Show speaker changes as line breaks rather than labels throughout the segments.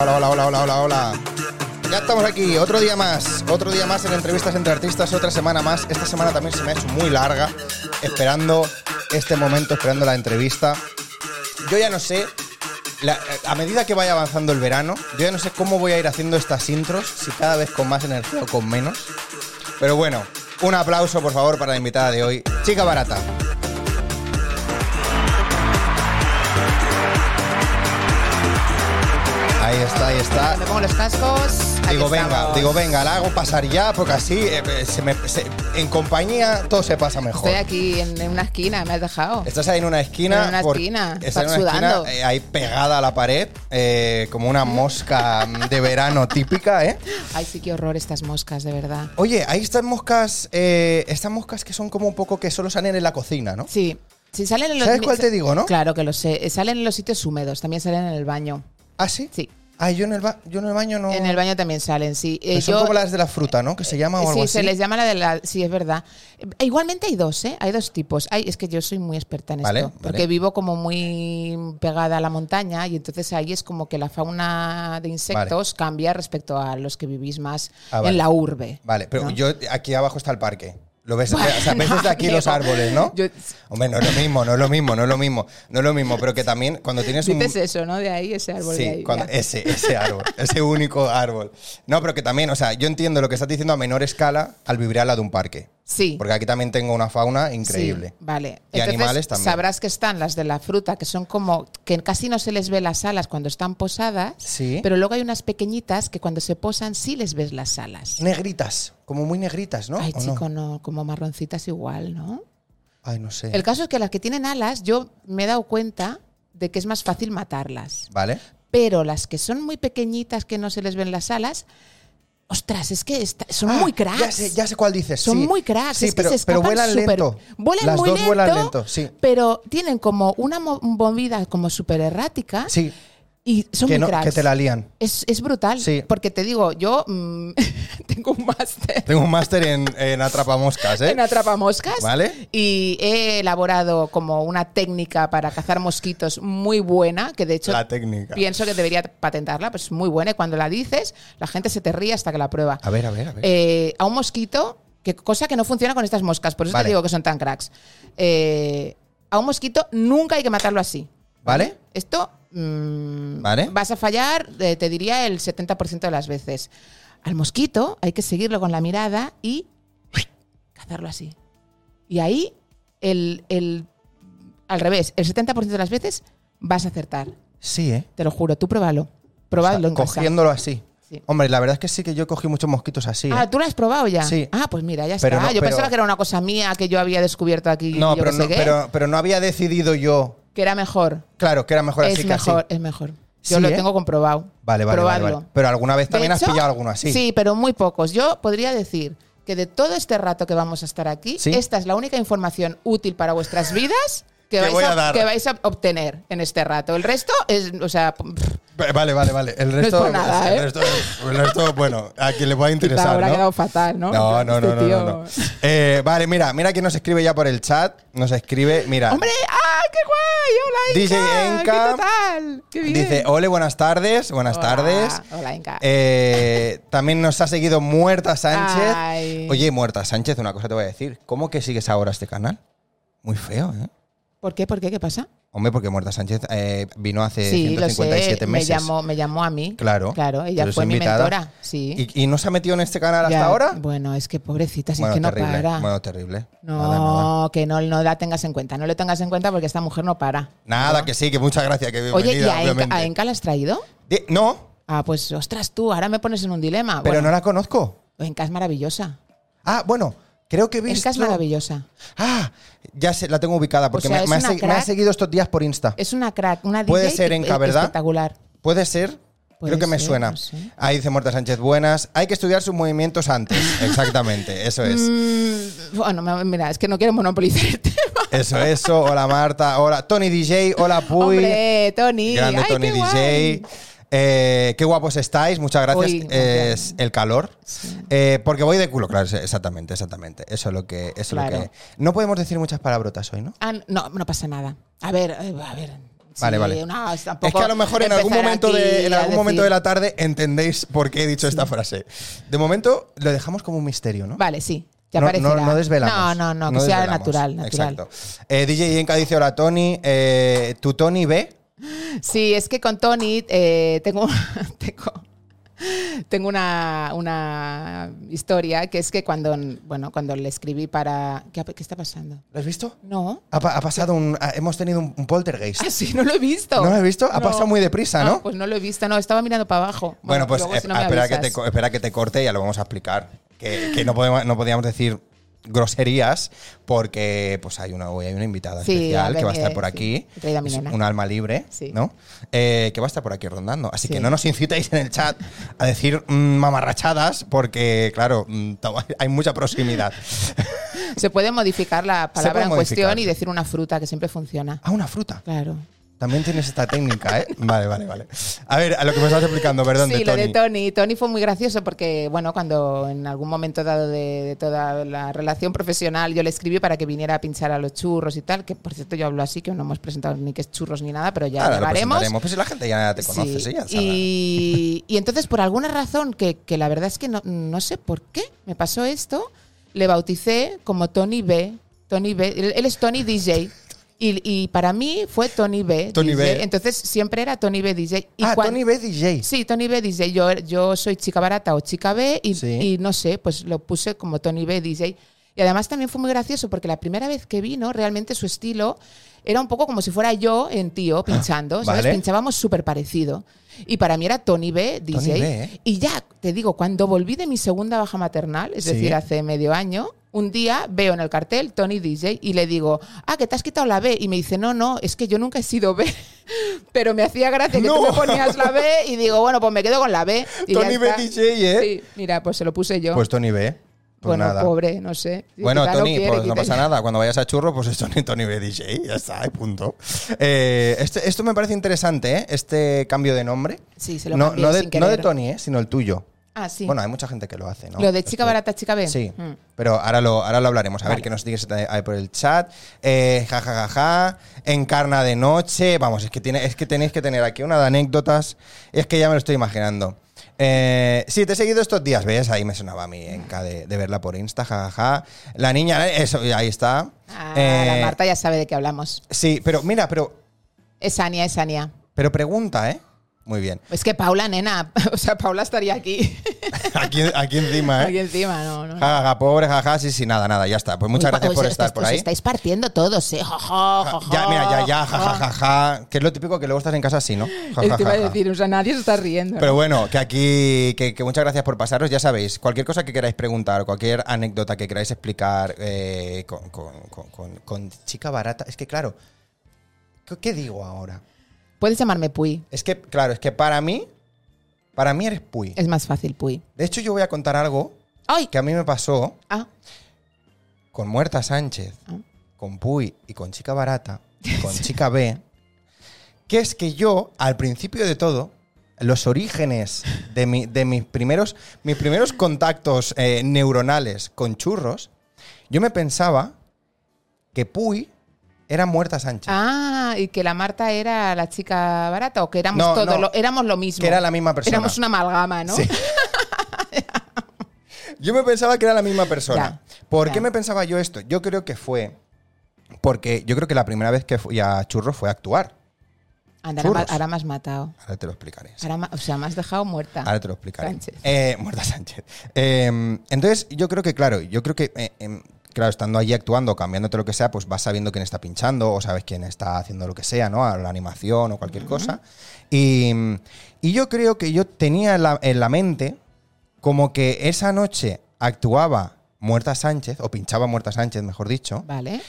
Hola, hola, hola, hola, hola, hola. Ya estamos aquí, otro día más, otro día más en entrevistas entre artistas, otra semana más. Esta semana también se me ha hecho muy larga, esperando este momento, esperando la entrevista. Yo ya no sé, la- a medida que vaya avanzando el verano, yo ya no sé cómo voy a ir haciendo estas intros, si cada vez con más energía o con menos. Pero bueno, un aplauso por favor para la invitada de hoy, Chica Barata. Ahí está, ahí está.
Me pongo los cascos. aquí
Digo, venga,
estamos.
digo, venga, la hago pasar ya, porque así eh, eh, se me- se- en compañía todo se pasa mejor.
Estoy aquí en, en una esquina, me has dejado.
Estás ahí en una esquina.
En una
por-
esquina,
Estás en
estás
una
sudando.
esquina, eh, ahí pegada a la pared, eh, como una mosca mm, de verano típica, ¿eh?
Ay, sí, qué horror estas moscas, de verdad.
Oye, ahí están moscas, eh, estas moscas que son como un poco que solo salen en la cocina, ¿no?
Sí. Si salen en los
¿Sabes cuál te digo, no?
Claro que lo sé. Eh, Salen en los sitios húmedos, también salen en el baño.
¿Ah, sí?
Sí.
Ah, yo en el, ba- yo en el baño no.
En el baño también salen, sí. Eh,
Pero son
yo- eh,
como las de la fruta, ¿no? Que se llama o algo
sí,
así.
se les llama la de la. Sí, es verdad. E igualmente hay dos, ¿eh? Hay dos tipos. Hay, es que yo soy muy experta en
Vale,
esto. Porque
vale.
vivo como muy pegada a la montaña y entonces ahí es como que la fauna de insectos cambia respecto a los que vivís más
Ah, vale.
en la urbe.
Vale, pero
¿no?
yo aquí abajo está el parque. Lo ves,
Bueno,
o sea, ves desde aquí los
amigo,
árboles, ¿no?
yo-
Hombre, no es lo mismo, no es lo mismo, no es lo mismo, no es lo mismo, pero que también cuando tienes un
Dices eso, ¿no? De ahí, ese árbol de
Sí,
ahí.
cuando-
ya.
ese, ese árbol, ese único árbol. No, pero que también, o sea, yo entiendo lo que estás diciendo a menor escala al vivir a la de un parque.
Sí.
Porque aquí también tengo una fauna increíble.
Sí, vale.
Y animales también.
Sabrás que están las de la fruta, que son como que casi no se les ve las alas cuando están posadas.
Sí.
Pero luego hay unas pequeñitas que cuando se posan sí les ves las alas.
Negritas, como muy negritas, ¿no?
Ay,
¿O no?
chico, no? como marroncitas igual, ¿no?
Ay, no sé.
El caso es que las que tienen alas, yo me he dado cuenta de que es más fácil matarlas.
Vale.
Pero las que son muy pequeñitas, que no se les ven las alas, ostras, es que esta- son muy
Ah,
cracks.
Ya sé, ya sé cuál dices.
Son
sí.
muy cracks,
Sí,
es
pero,
que se
pero
escapan
vuelan
súper-
lento.
Vuelan
Las
muy
dos
lento,
vuelan lento, sí.
Pero tienen como una mo- movida como súper errática
Sí,
y Ah, son
que,
muy
no-
cracks.
que te la lían.
es, es brutal,
Sí.
porque te digo, yo mm, tengo un máster
Tengo un máster en, en atrapamoscas, ¿eh?
en atrapamoscas
Vale.
y he elaborado como una técnica para cazar mosquitos muy buena, que de hecho
La técnica.
pienso que debería patentarla, pues es muy buena y cuando la dices la gente se te ríe hasta que la prueba.
A ver, a ver, a ver.
Eh, a un mosquito, que cosa que no funciona con estas moscas, por eso
Vale.
te digo que son tan cracks. Eh, a un mosquito nunca hay que matarlo así.
¿Vale?
Esto mm,
Vale.
vas a fallar, eh, te diría, el 70% de las veces. Al mosquito hay que seguirlo con la mirada y cazarlo así. Y ahí, el, el- al revés, el 70% de las veces vas a acertar.
Sí, ¿eh?
Te lo juro, tú pruébalo.
O sea,
Probadlo en casa.
cogiéndolo así.
Sí.
Hombre, la verdad es que sí que yo cogí muchos mosquitos así. ¿eh?
Ah, ¿tú lo has probado ya?
Sí.
Ah, pues mira, ya
Pero
está.
no,
yo
pero-
pensaba que era una cosa mía que yo había descubierto aquí.
No,
yo
pero
que sé
no,
qué,
pero, pero no había decidido yo.
que era mejor.
Claro, que era mejor
es
así
mejor,
que así.
es mejor. Yo
Sí,
lo
¿eh?
tengo comprobado.
Vale, vale, vale,
Probadlo.
vale. Pero alguna vez
De
también has
hecho,
pillado alguno así.
Sí, pero muy pocos. Yo podría decir que de todo este rato que vamos a estar aquí,
Sí.
esta es la única información útil para vuestras vidas
Que
que, vais
voy a
a,
dar.
que vais a obtener en este rato. El resto es, o sea, pff,
Va- Vale, vale, vale. El
es
resto,
por nada,
el
¿eh?
resto, el resto, bueno, a quien le pueda
quizá
interesar,
habrá
¿no?
quedado fatal, ¿no?
No, no,
Este
no, no,
tío.
no, no. Eh, vale, mira, mira que nos escribe ya por el chat. Nos escribe, mira.
¡Hombre! ¡Ah, qué guay!
DJ
¡Hola, Inca!
Enka
¡Qué total! ¡Qué bien!
Dice, ole, buenas tardes, buenas
Hola,
tardes.
Hola, Inca.
Eh, también nos ha seguido Muerta Sánchez.
Ay.
Oye, Muerta Sánchez, una cosa te voy a decir. ¿Cómo que sigues ahora este canal? Muy feo, ¿eh?
¿Por qué? ¿Por qué? ¿Qué pasa?
Hombre, porque Muerta Sánchez eh, vino hace
Sí, lo sé.
157
Me
meses.
llamó, me llamó a mí.
Claro.
Claro,
pero
ella
es
fue mi
invitada.
mentora. Sí.
¿Y, y no se ha metido en este canal hasta
Ya,
ahora?
Bueno, es que pobrecita, si
bueno,
es que no
terrible.
para.
Bueno, terrible.
no,
Nada, nada.
que no, no la tengas en cuenta. No le tengas en cuenta porque esta mujer no para.
Nada, que sí, que muchas gracias, que bienvenida,
Oye, ¿y a Enca,
obviamente.
a Enca la has traído?
Di- no,
Ah, pues ostras tú, ahora me pones en un dilema.
pero no
Ah, Bueno,
la conozco.
Enca es maravillosa.
Ah, bueno, creo que he visto...
Enca es maravillosa.
Ah, ya sé, la tengo ubicada porque
sea,
me-
es
me, ha
una
segui- me ha
crack.
seguido estos días por Insta.
Es una crack, una
Puede
DJ
ser
que-
Enka,
es-
¿verdad?
espectacular.
¿Puede ser?
Puede
Creo que me
ser,
suena.
no sé.
Ahí dice Muerta Sánchez, buenas. Hay que estudiar sus movimientos antes. Exactamente, eso es.
Mm, Bueno, me- mira, es que no quiero monopolizar el tema.
Eso, eso. Hola Marta, hola Tony DJ, hola Puy.
Hombre, Tony.
Grande
ay,
Tony
qué guay.
DJ. Eh, qué guapos estáis, muchas gracias.
Uy,
es
gracias.
el calor.
Sí.
Eh, porque voy de culo, claro, sí, exactamente, exactamente. Eso es lo que. Eso es lo
Claro.
que- No podemos decir muchas palabrotas hoy, ¿no?
Ah, no, no pasa nada. A ver, eh, a ver.
Vale,
Sí,
vale.
no, es,
Es
tampoco
que a lo mejor en algún
empezar
momento,
aquí
de, en
a
algún momento
decir-
de la tarde entendéis por qué he dicho esta frase. De momento lo dejamos como un misterio, ¿no?
Vale, sí. Ya
no,
aparecerá.
no- no desvelamos.
No, no, no, que sea
desvelamos.
natural, natural.
Exacto. Eh, DJ Yenka dice, hola Tony, eh, ¿tu Tony ve?
Sí, es que con Tony eh, tengo, tengo, tengo una, una historia que es que cuando, bueno, cuando le escribí para... ¿Qué, ha- qué está pasando?
¿Lo has visto?
No.
Ha, pa- ha pasado un, ha- hemos tenido un, un poltergeist.
Ah, sí, no lo he visto.
¿No lo has visto? Ha pasado muy deprisa, ¿no?
Pues no lo he visto, no, estaba mirando para abajo.
Bueno, pues
luego
eh,
si no me
espera, que te,
avisas.
co- espera que te corte y ya lo vamos a explicar. Que, que no, podemos, no podíamos decir groserías porque pues hay una hoy hay una invitada
Sí,
especial
ha
que va a estar
venido,
por
sí.
aquí
He traído a mi
Es
nena.
un alma libre
Sí.
no Eh, que va a estar por aquí rondando así
Sí.
que no nos incitáis en el chat a decir mm, mamarrachadas porque claro mm, to- hay mucha proximidad
Se puede modificar la
puede
palabra en cuestión
modificar.
y decir una fruta que siempre funciona.
ah una fruta
Claro.
también tienes esta técnica eh vale vale vale a ver a lo que me estabas explicando perdón de
sí, lo
Tony
de Tony. Tony fue muy gracioso porque, bueno, cuando en algún momento dado de, de toda la relación profesional yo le escribí para que viniera a pinchar a los churros y tal, que por cierto yo hablo así, que no hemos presentado ni que es churros ni nada, pero ya
Ahora lo
llevaremos.
presentaremos. Pues si la gente ya te conoce
Sí,
sí, ya sabrá.
y, y entonces, por alguna razón, que, que la verdad es que no, no sé por qué me pasó esto, le bauticé como Tony B. Tony B. Él, él es Tony DJ. Y, y para mí fue Tony B.
Tony
DJ.
B.
Entonces siempre era Tony B. DJ. Y
ah
cuan-
Tony ve DJ
Sí, Tony B. DJ. Yo, yo soy chica barata o chica B. Y,
Sí.
y no sé, pues lo puse como Tony B. DJ. Y además también fue muy gracioso porque la primera vez que vino, realmente su estilo era un poco como si fuera yo en tío pinchando. ¿sabes?
Ah, Vale.
Pinchábamos súper parecido. Y para mí era Tony B. DJ.
Tony B, ¿eh?
Y ya, te digo, cuando volví de mi segunda baja maternal, es
Sí.
decir, hace medio año. Un día veo en el cartel Tony DJ y le digo, ah, que te has quitado la B. Y me dice, no, no, es que yo nunca he sido B. Pero me hacía gracia que
No.
tú me ponías la B y digo, bueno, pues me quedo con la B. y ya
Tony
está.
B. DJ, ¿eh?
Sí, mira, pues se lo puse yo.
Pues Tony B. Pues
bueno,
nada.
pobre, no sé.
Bueno,
Quizá
Tony,
quiere,
pues no
quizá-
pasa nada. Cuando vayas a churro, pues es Tony, Tony B. DJ. Ya está, y punto. Eh, este- esto me parece interesante, ¿eh? Este cambio de nombre.
Sí, se lo
no,
cambié
no de,
sin querer.
no de Tony, ¿eh? Sino el tuyo.
Ah, sí.
Bueno, hay mucha gente que lo hace, ¿no?
lo de chica
Esto-
barata, chica B.
Sí,
Mm.
pero ahora lo, ahora lo hablaremos. A ver
Vale.
qué nos dices ahí por el chat. Eh, ja, ja, ja, ja. Encarna de noche. Vamos, es que, tiene, es que tenéis que tener aquí una de anécdotas. Es que ya me lo estoy imaginando. Eh, sí, te he seguido estos días, ¿ves? Ahí me sonaba a mí, Enca, de, de verla por Insta, jajaja. La niña, eso, ahí está.
Ah,
Eh,
la Marta ya sabe de qué hablamos.
Sí, pero mira, pero,
Es Ania, es Ania.
pero pregunta, ¿eh? Muy bien.
Es que Paula, nena, o sea, Paula estaría aquí.
¿Eh? Aquí, aquí encima,
Aquí
¿eh?
encima, no, no.
Jajaja, pobre, jajaja, sí, sí, nada, nada, ya está. Pues muchas
Uy, pa-
gracias
os-
por
os-
estar
os-
por
os
ahí.
estáis partiendo todos, ¿eh? Ja, ja,
Ja,
ja, ja,
mira, ya, ya, ja, ja, ja,
ja.
ja. Que es lo típico que luego estás en casa así, ¿no? Ja,
Es
ja,
que iba
ja,
a
ja.
decir, o sea, nadie se está riendo.
Pero bueno, que aquí, que, que muchas gracias por pasaros. Ya sabéis, cualquier cosa que queráis preguntar, cualquier anécdota que queráis explicar eh, con, con- con- con- con chica barata. Es que, claro, ¿qué, qué digo ahora?
Puedes llamarme Puy.
Es que, claro, es que para mí, para mí eres puy.
Es más fácil, Puy.
De hecho, yo voy a contar algo
¡Ay!
que a mí me pasó
Ah,
con Muerta Sánchez,
Ah.
con Puy y con Chica Barata, y con Chica B, que es que yo, al principio de todo, los orígenes de, mi- de mis, primeros, mis primeros contactos eh, neuronales con churros, yo me pensaba que Puy era Muerta Sánchez.
Ah, y que la Marta era la chica barata o que éramos
No,
todo
no.
lo, éramos lo mismo.
Que era la misma persona.
Éramos una amalgama, ¿no?
Sí. yo me pensaba que era la misma persona. ¿Por
ya.
qué me pensaba yo esto? Yo creo que fue porque yo creo que la primera vez que fui a churros fue a actuar.
Anda, ahora,
Churros.
ma- ahora me has matado.
Ahora te lo explicaré. sí.
Ahora ma- o sea, me has dejado muerta.
Ahora te lo explicaré.
Sánchez.
Eh, Muerta Sánchez. Eh, entonces, yo creo que, claro, yo creo que, eh, em, claro, estando allí actuando, cambiándote lo que sea, pues vas sabiendo quién está pinchando o sabes quién está haciendo lo que sea, ¿no? A la animación o cualquier cosa. Y, y yo creo que yo tenía en la, en la mente como que esa noche actuaba Muerta Sánchez, o pinchaba Muerta Sánchez, mejor dicho,
Vale.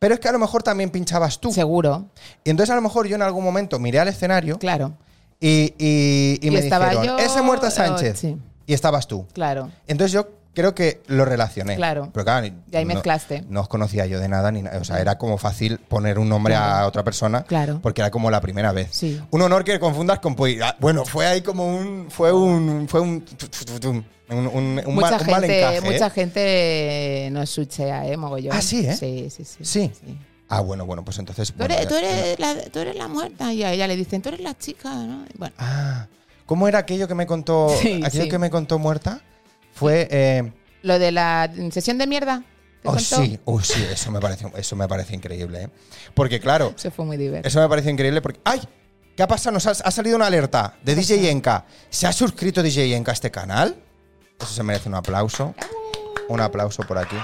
pero es que a lo mejor también pinchabas tú.
Seguro.
Y entonces a lo mejor yo en algún momento miré al escenario
Claro,
y, y- y
Y
me
estaba
dijeron,
yo,
ese Muerta
oh,
Sánchez.
sí.
Y estabas tú.
claro.
Entonces yo creo que lo relacioné.
Claro.
Pero claro,
Y ahí
no-
mezclaste.
No os conocía yo de nada, ni na- o sea, era como fácil poner un nombre a otra persona.
Claro.
Porque era como la primera vez.
Sí.
Un honor que confundas con Puy. Ah, Bueno, fue ahí como un. Fue un. Fue un. un, un- un
mucha,
mal- un mal
gente,
encaje, ¿eh?
mucha gente nos suchea, ¿eh? Mogollón.
Ah, sí, ¿eh?
Sí, sí, sí.
Sí. Ah, bueno, bueno, pues entonces.
Tú
bueno,
eres,
ya-
tú eres la, tú eres la muerta. Y a ella le dicen, tú eres la chica, ¿no? Y Bueno,
Ah, ¿cómo era aquello que me contó.
Sí,
aquello
sí.
que me contó muerta? Fue. eh,
lo de la sesión de mierda. ¿te
oh,
contó?
sí, oh, sí, eso me parece, eso me parece increíble. ¿eh? Porque, claro,
Eso fue muy divertido.
Eso me parece increíble porque. ¡Ay! ¿Qué ha pasado? Nos ha, ha salido una alerta de DJ Enka. ¿Se ha suscrito DJ Enka a este canal? Eso se merece un aplauso. Un aplauso por aquí.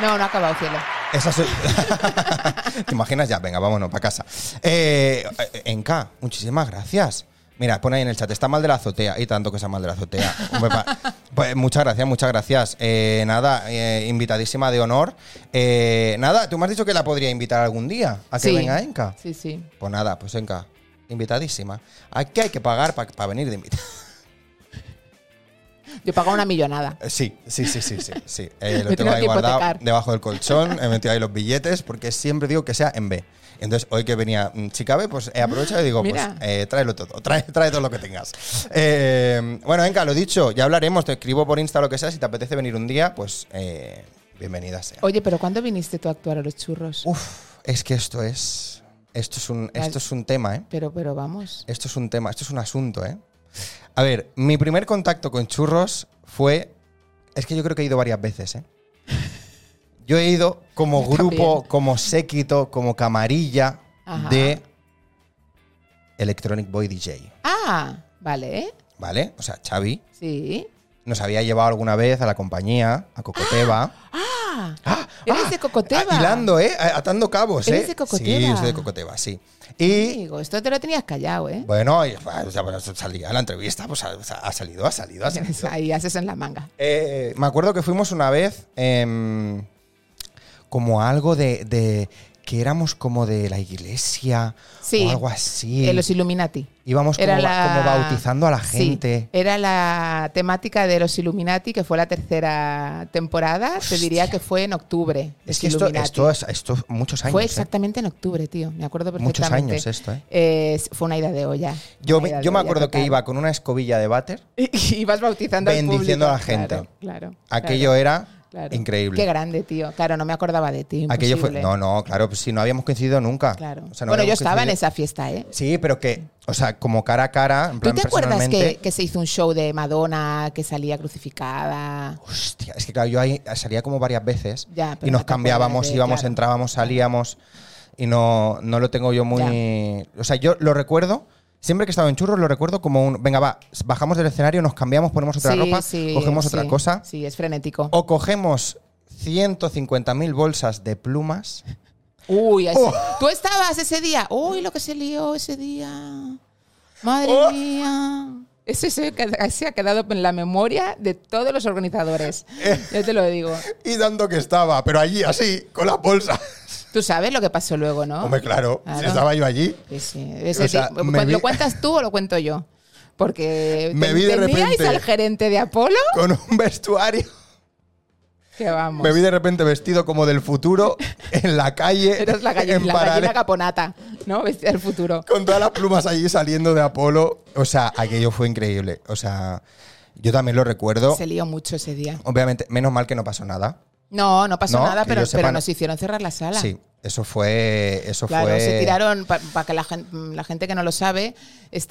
No, no ha acabado, cielo.
Esa su- ¿Te imaginas? Ya, venga, vámonos para casa. Eh, Enka, muchísimas gracias. Mira, pone ahí en el chat, está mal de la azotea. Y tanto que está mal de la azotea. Hombre, pa- pues, muchas gracias, muchas gracias. Eh, nada, eh, invitadísima de honor. Eh, nada, tú me has dicho que la podría invitar algún día a que
Sí.
venga Enka.
Sí, sí.
Pues nada, pues venga, invitadísima. Aquí hay que pagar para venir de invitada.
Yo pagaba una millonada.
Eh, Sí, sí, sí, sí, sí. sí. Eh,
Me
lo tengo
tengo
ahí
que
guardado
hipotecar.
debajo del colchón, he metido ahí los billetes, porque siempre digo que sea en B. Entonces, hoy que venía mm, Chica B, pues he aprovechado y digo,
Mira.
pues eh, tráelo todo, trae, trae todo lo que tengas. Eh, bueno, venga, lo dicho, ya hablaremos, te escribo por Insta lo que sea, si te apetece venir un día, pues eh, bienvenida sea.
Oye, pero ¿cuándo viniste tú a actuar a los churros?
Uf, es que esto es, esto es un,
Las-
esto es un tema, ¿eh?
Pero, pero vamos.
Esto es un tema, esto es un asunto, ¿eh? A ver, mi primer contacto con churros fue. Es que yo creo que he ido varias veces, ¿eh? Yo he ido como
Yo
grupo,
también.
como séquito, como camarilla
Ajá.
de Electronic Boy DJ,
Ah, vale, ¿eh?
¿vale? O sea, Xavi
Sí.
nos había llevado alguna vez a la compañía, a Cocoteva.
Ah,
¡Ah!
eres
¡Ah!
de Cocoteva.
Ah, Hilando, ¿eh? Atando cabos, ¿eh?
Eres de Cocoteva.
Sí, soy de Cocoteva, sí. Y
Amigo, esto te lo tenías callado, ¿eh?
Bueno, y, bueno, ya, bueno, salía en la entrevista, pues ha, ha salido, ha salido, ha salido.
Ahí haces en la manga.
Eh, me acuerdo que fuimos una vez em, como a algo de, de- que éramos como de la iglesia
Sí.
o algo así.
Eh, los Illuminati.
Íbamos como,
Era
ba-
la-
como bautizando a la
Sí, eh,
gente.
era la temática de los Illuminati, que fue la tercera temporada. Te diría que fue en octubre.
Es
los
que esto,
Illuminati.
esto, es- esto es muchos años.
Fue
¿eh?
exactamente en octubre, tío. Me acuerdo
Muchos
perfectamente.
años esto, ¿eh?
Eh, fue una ida de olla.
Yo,
Una
me-
ida de
yo me
olla
acuerdo que
total.
iba con una escobilla de váter.
Y, y vas bautizando
Bendiciendo
al
a la
público.
gente.
Claro, claro,
Aquello
claro,
era
claro.
increíble.
Qué grande, tío. Claro, no me acordaba de ti.
Aquello fue.
imposible.
No, no, claro, pues si no habíamos coincidido nunca.
Claro.
O sea, no
bueno, yo
habíamos
estaba en
coincidido.
esa fiesta, ¿eh?
Sí, pero que, o sea, como cara a cara, en
¿Tú
plan
te acuerdas que,
personalmente.
que se hizo un show de Madonna que salía crucificada?
Hostia, es que claro, yo ahí salía como varias veces
Ya, pero
y
no
nos
te
cambiábamos,
acuerdas de-
íbamos,
claro.
entrábamos, salíamos y no, no lo tengo yo muy. O sea, yo lo recuerdo. Siempre que he estado en churros lo recuerdo como un, venga, va, bajamos del escenario, nos cambiamos, ponemos otra
Sí,
ropa,
sí,
cogemos
sí.
otra cosa. Oh.
Sí, es frenético.
O cogemos 150.000 bolsas de plumas.
Uy, ese-
Oh.
tú estabas ese día. Uy, lo que se lió ese día. Madre
Oh.
mía. Ese se, queda- se ha quedado en la memoria de todos los organizadores.
Eh.
Yo te lo digo.
Y dando que estaba, pero allí así, con las bolsas.
Tú sabes lo que pasó luego, ¿no?
Hombre, claro,
Ah, Claro.
estaba yo allí.
Sí, sí. Ese
O sea,
tipo-
me vi-
¿Lo cuentas tú o lo cuento yo? Porque
Me
ten-
vi de
teníais
repente.
al gerente de Apolo
con un vestuario.
que vamos.
Me vi de repente vestido como del futuro, en la calle,
Eres la gallina,
en
la
paralelo,
gallina caponata, ¿no? Vestida del futuro.
con todas las plumas allí saliendo de Apolo. O sea, aquello fue increíble. O sea, yo también lo recuerdo.
Se lió mucho ese día.
Obviamente, menos mal que no pasó nada.
No, no pasó
No,
nada,
que
pero,
yo sepa,
pero
no.
nos hicieron cerrar la sala.
Sí, eso fue. Eso
Claro,
fue.
se tiraron, para que la, gen- la gente que no lo sabe,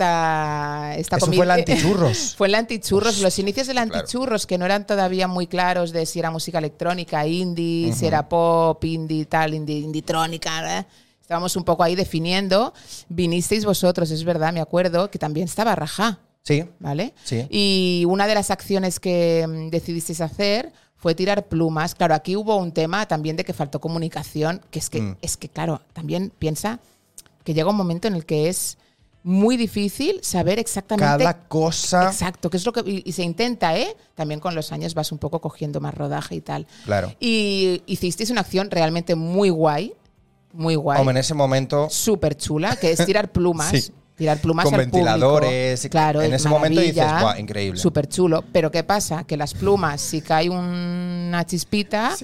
esta, esta
Eso
comi-
fue el antichurros.
fue el antichurros, los inicios del
claro.
antichurros, que no eran todavía muy claros de si era música electrónica, indie, si era pop, indie, tal, indie, inditrónica, ¿eh? Estábamos un poco ahí definiendo. Vinisteis vosotros, es verdad, me acuerdo, que también estaba Rajá.
sí,
¿vale?
Sí.
Y una de las acciones que mm, decidisteis hacer fue tirar plumas. Claro, aquí hubo un tema también de que faltó comunicación, que es que,
Mm.
es que claro, también piensa que llega un momento en el que es muy difícil saber exactamente
cada cosa.
exacto qué es lo que y, y se intenta, ¿eh? También con los años vas un poco cogiendo más rodaje y tal.
Claro.
Y hicisteis una acción realmente muy guay, muy guay
Hombre, en ese momento.
súper chula, que es tirar plumas.
Sí.
Tirar plumas
Con
al público.
ventiladores, y-
Claro,
en
es
ese momento dices,
maravilla,
"Buah, increíble".
Súper chulo. Pero ¿qué pasa? Que las plumas, si cae una chispita,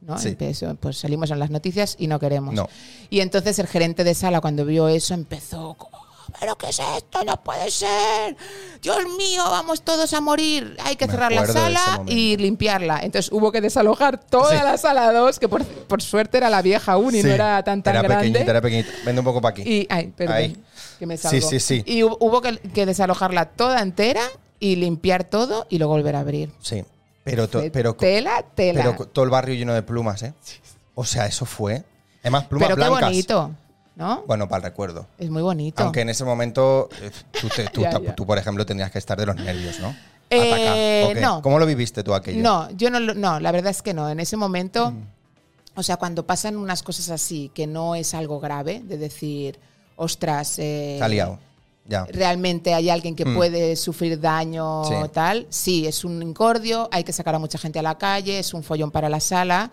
¿no?
Sí.
Empezó- pues salimos en las noticias y no queremos.
No.
Y entonces el gerente de sala, cuando vio eso, empezó. como, ¿pero qué es esto? No puede ser. Dios mío, vamos todos a morir. Hay que
Me
cerrar la
acuerdo de ese
sala
momento.
y limpiarla. Entonces hubo que desalojar toda la sala 2, que por, por suerte era la vieja 1 y
Sí.
no era tan, tan
era
grande.
pequeñita, era pequeñita. Vende un poco para aquí.
Y, ay, perdón,
Ahí.
que me
Sí,
salgo.
sí, sí.
Y hu- hubo que, que desalojarla toda entera y limpiar todo y luego volver a abrir.
sí. Pero, to-
De
pero,
tela, tela.
pero co- todo el barrio lleno de plumas, ¿eh? O sea, eso fue. Además, plumas
Pero
blancas.
qué bonito, ¿no?
Bueno, para el recuerdo.
es muy bonito.
Aunque en ese momento eh, tú, te- tú
Ya,
ta-
ya.
tú, por ejemplo, tendrías que estar de los nervios, ¿no?
Eh,
Atacar, ¿o qué?
no.
¿Cómo lo viviste tú aquello?
No, yo no, lo- no, la verdad es que no. En ese momento,
Mm.
o sea, cuando pasan unas cosas así, que no es algo grave, de decir, ostras, eh,
Está liado. Ya.
realmente hay alguien que
Mm.
puede sufrir daño
Sí.
o tal, sí, es un incordio, hay que sacar a mucha gente a la calle, es un follón para la sala,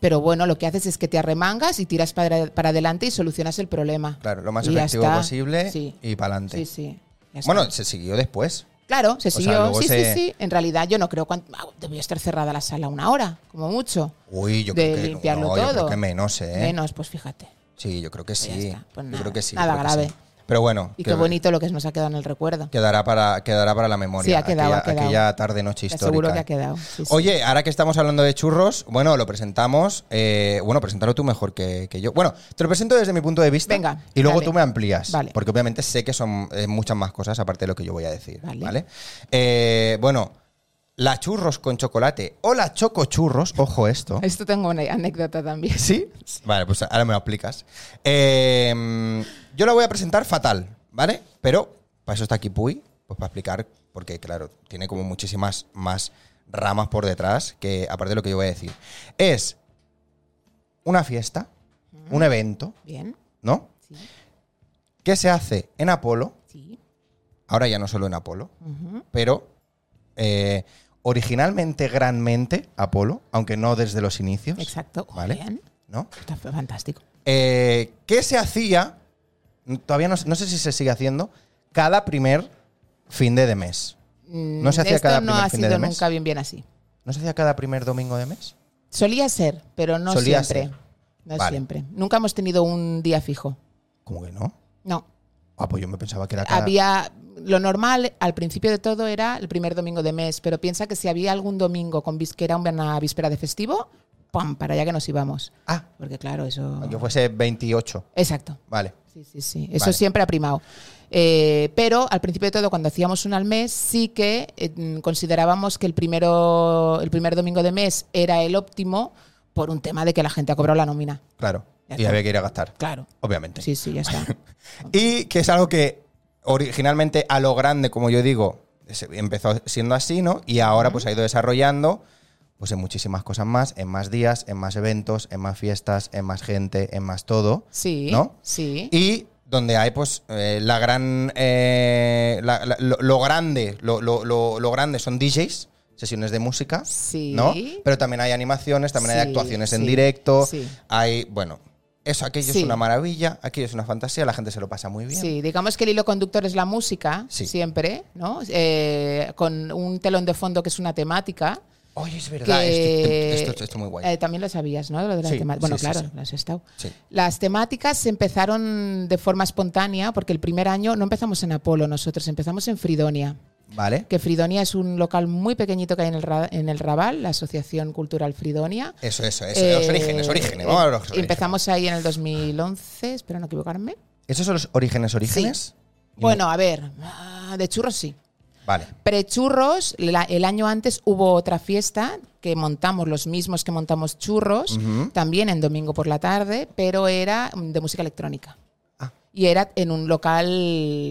pero bueno, lo que haces es que te arremangas y tiras para, para adelante y solucionas el problema.
Claro, lo más
Y ya
efectivo
está.
posible
Sí,
y para adelante.
sí, sí. ya está.
Bueno, se siguió después.
Claro, se
sea,
siguió.
luego
sí,
se-
sí, sí. En realidad yo no creo cuánto... ah, Debió estar cerrada la sala una hora, como mucho.
Uy, yo
De
creo que
limpiarlo
no, yo creo
todo.
que menos, ¿eh?
Menos, pues fíjate.
Sí, yo creo que
ya
sí.
está. Pues
yo
nada,
creo que sí. yo
nada
creo que
grave.
sí. Pero bueno,
Y
que-
qué bonito lo que nos ha quedado en el recuerdo.
Quedará para, quedará para la memoria.
Sí, ha quedado, ha
aquella,
quedado.
aquella tarde noche
Te
histórica.
aseguro que ha quedado. sí, sí.
Oye, ahora que estamos hablando de churros, bueno, lo presentamos. eh, bueno, presentarlo tú mejor que, que yo. Bueno, te lo presento desde mi punto de vista.
Venga,
Y luego
dale.
tú me amplías.
Vale.
Porque obviamente sé que son eh, muchas más cosas aparte de lo que yo voy a decir. Vale.
Vale.
Eh, bueno, la churros con chocolate o la chocochurros, ojo esto.
Esto tengo una anécdota también.
¿Sí? Vale, pues ahora me lo aplicas. Eh, yo la voy a presentar fatal, ¿vale? Pero para eso está aquí Puy, pues para explicar, porque claro, tiene como muchísimas más ramas por detrás, que aparte de lo que yo voy a decir. Es una fiesta, un evento,
Bien,
¿no?
sí,
Que se hace en Apolo,
sí.
ahora ya no solo en Apolo,
ujú.
pero eh, originalmente, granmente, Apolo, aunque no desde los inicios.
Exacto.
¿Vale?
Bien.
¿No?
Está f- fantástico.
Eh, ¿Qué se hacía? Todavía no, no sé si se sigue haciendo. Cada primer fin de, de mes.
Mm,
¿No se hacía
Esto
cada
no
primer
ha
fin de
sido
mes?
nunca bien bien así.
¿No se hacía cada primer domingo de mes?
Solía ser, pero no
Solía
siempre.
ser.
No
Vale.
siempre. Nunca hemos tenido un día fijo.
¿Cómo que no?
No.
Ah, pues yo me pensaba que era cada.
había lo normal al principio de todo era el primer domingo de mes, pero piensa que si había algún domingo con vis- que era una víspera de festivo, pam, para allá que nos íbamos,
Ah,
porque claro, eso
aunque fuese 28.
Exacto.
Vale.
Sí, sí, sí. Eso
Vale.
siempre ha primado. Eh, pero al principio de todo, cuando hacíamos una al mes, sí que eh, mm, considerábamos que el, primero, el primer domingo de mes era el óptimo por un tema de que la gente ha cobrado la nómina.
Claro.
Ya
Y
está.
había que ir a gastar.
Claro.
Obviamente.
Sí, sí, ya está.
Y que es algo que originalmente a lo grande, como yo digo, se- empezó siendo así, ¿no? Y ahora pues ha ido desarrollando pues en muchísimas cosas más, en más días, en más eventos, en más fiestas, en más gente, en más todo.
Sí.
¿No?
Sí.
Y donde hay, pues, eh, la gran. eh, la- la- lo, lo grande, lo, lo- lo- lo grande son DJs, sesiones de música.
Sí.
¿No? Pero también hay animaciones, también hay
Sí,
actuaciones en
sí,
directo.
sí.
Hay. Bueno. Eso, aquello es
Sí.
una maravilla, aquello es una fantasía, la gente se lo pasa muy bien.
Sí, digamos que el hilo conductor es la música,
Sí.
siempre, ¿no? Eh, con un telón de fondo que es una temática.
Oye, es verdad,
Que,
esto, esto- esto es muy guay.
eh, también lo sabías, ¿no? Lo de las
Sí,
tema- Bueno,
sí, sí,
claro,
sí.
las has estado.
Sí.
Las temáticas se empezaron de forma espontánea porque el primer año no empezamos en Apolo nosotros, empezamos en Fridonia.
¿Vale?
Que Fridonia es un local muy pequeñito que hay en el, Ra- en el Raval, la Asociación Cultural Fridonia.
Eso, eso, eso.
Eh,
los orígenes, orígenes.
eh,
Vamos a los orígenes.
empezamos ahí en el 2011, espero no equivocarme.
¿Esos son los orígenes, orígenes? Y-
Bueno, a ver, ah, de churros sí.
Vale.
Prechurros, la- el año antes hubo otra fiesta que montamos los mismos que montamos churros,
Ujú.
también en domingo por la tarde, pero era mm, de música electrónica.
Ah.
Y era en un local,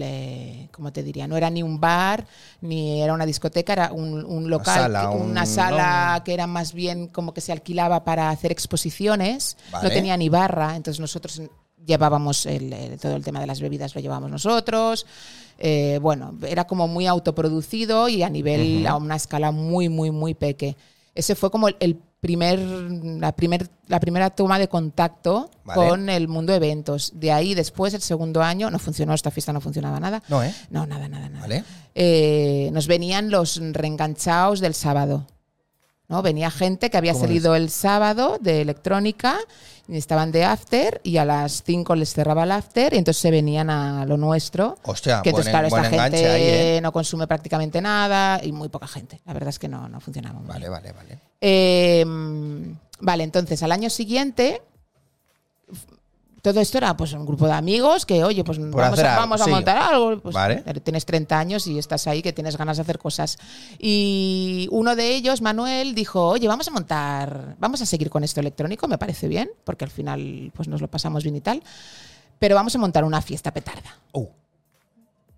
eh, ¿cómo te diría? No era ni un bar, ni era una discoteca, era un, un local,
sala,
que- una
un-
sala que era más bien como que se alquilaba para hacer exposiciones.
Vale.
No tenía ni barra, entonces nosotros llevábamos el- el- todo el tema de las bebidas, lo llevábamos nosotros. Eh, bueno, era como muy autoproducido y a nivel, a una escala muy, muy, muy peque. Ese fue como el, el primer, la, primer, la primera toma de contacto
Vale.
con el mundo eventos. De ahí después, el segundo año, no funcionó, esta fiesta no funcionaba nada.
No, ¿eh?
No, nada, nada, nada.
Vale.
Eh, nos venían los reenganchados del sábado. ¿no? Venía gente que había
¿Cómo
salido el sábado de electrónica, y estaban de after y a las 5 les cerraba el after y entonces se venían a lo nuestro.
Hostia,
que
buen,
entonces, claro,
Ah, buen
esta
enganche
gente
ahí, ¿eh?
no consume prácticamente nada y muy poca gente. La verdad es que no, no funcionaba muy
Vale,
bien.
vale, vale.
Eh, mm, vale, entonces al año siguiente. f- Todo esto era pues un grupo de amigos que, oye, pues vamos,
hacer
a,
algo,
vamos a
sí.
montar algo. Pues,
Vale.
pero Tienes 30 años y estás ahí que tienes ganas de hacer cosas. Y uno de ellos, Manuel, dijo, oye, vamos a montar, vamos a seguir con esto electrónico, me parece bien, porque al final pues nos lo pasamos bien y tal. Pero vamos a montar una fiesta petarda.
Uh,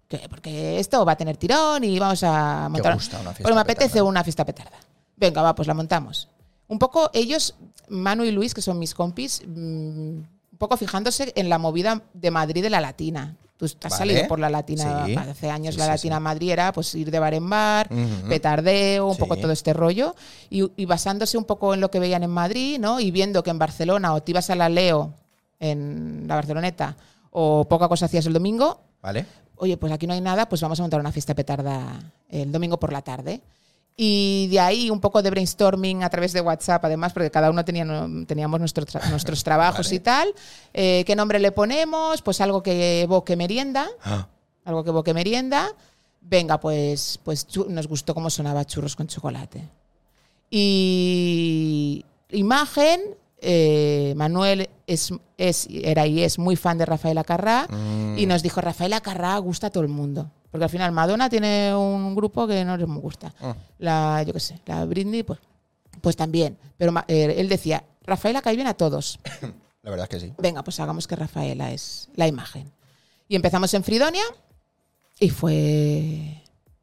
¿Qué? Porque esto va a tener tirón y vamos a montar.
gusta una fiesta
Pero me apetece
petarda.
una fiesta petarda. Venga, va, pues la montamos. Un poco ellos, Manu y Luis, que son mis compis, mm, un poco fijándose en la movida de Madrid de la latina. Tú has
Vale.
salido por la latina
Sí.
hace años,
Sí,
la
sí,
latina
sí.
madrid era pues ir de bar en bar,
Ujú.
petardeo, un
Sí.
poco todo este rollo, y, y basándose un poco en lo que veían en Madrid, ¿no? Y viendo que en Barcelona o te ibas a la Leo, en la Barceloneta, o poca cosa hacías el domingo,
vale.
oye, pues aquí no hay nada, pues vamos a montar una fiesta petarda el domingo por la tarde. Y de ahí un poco de brainstorming a través de WhatsApp, además, porque cada uno tenía, no- teníamos nuestro tra- nuestros trabajos
Vale.
y tal. Eh, ¿Qué nombre le ponemos? Pues algo que evoque merienda,
Ah,
algo que evoque merienda. Venga, pues, pues chu- nos gustó cómo sonaba churros con chocolate. Y imagen, eh, Manuel es, es- era y es muy fan de Rafael Acarrá.
mm,
Y nos dijo, Rafael Acarrá gusta a todo el mundo. Porque al final Madonna tiene un grupo que no les gusta.
mm.
La, yo qué sé, la Britney, pues, pues también. Pero ma- eh, él decía, Rafaela cae bien a todos.
La verdad es que sí.
Venga, pues hagamos que Rafaela es la imagen. Y empezamos en Fridonia y fue,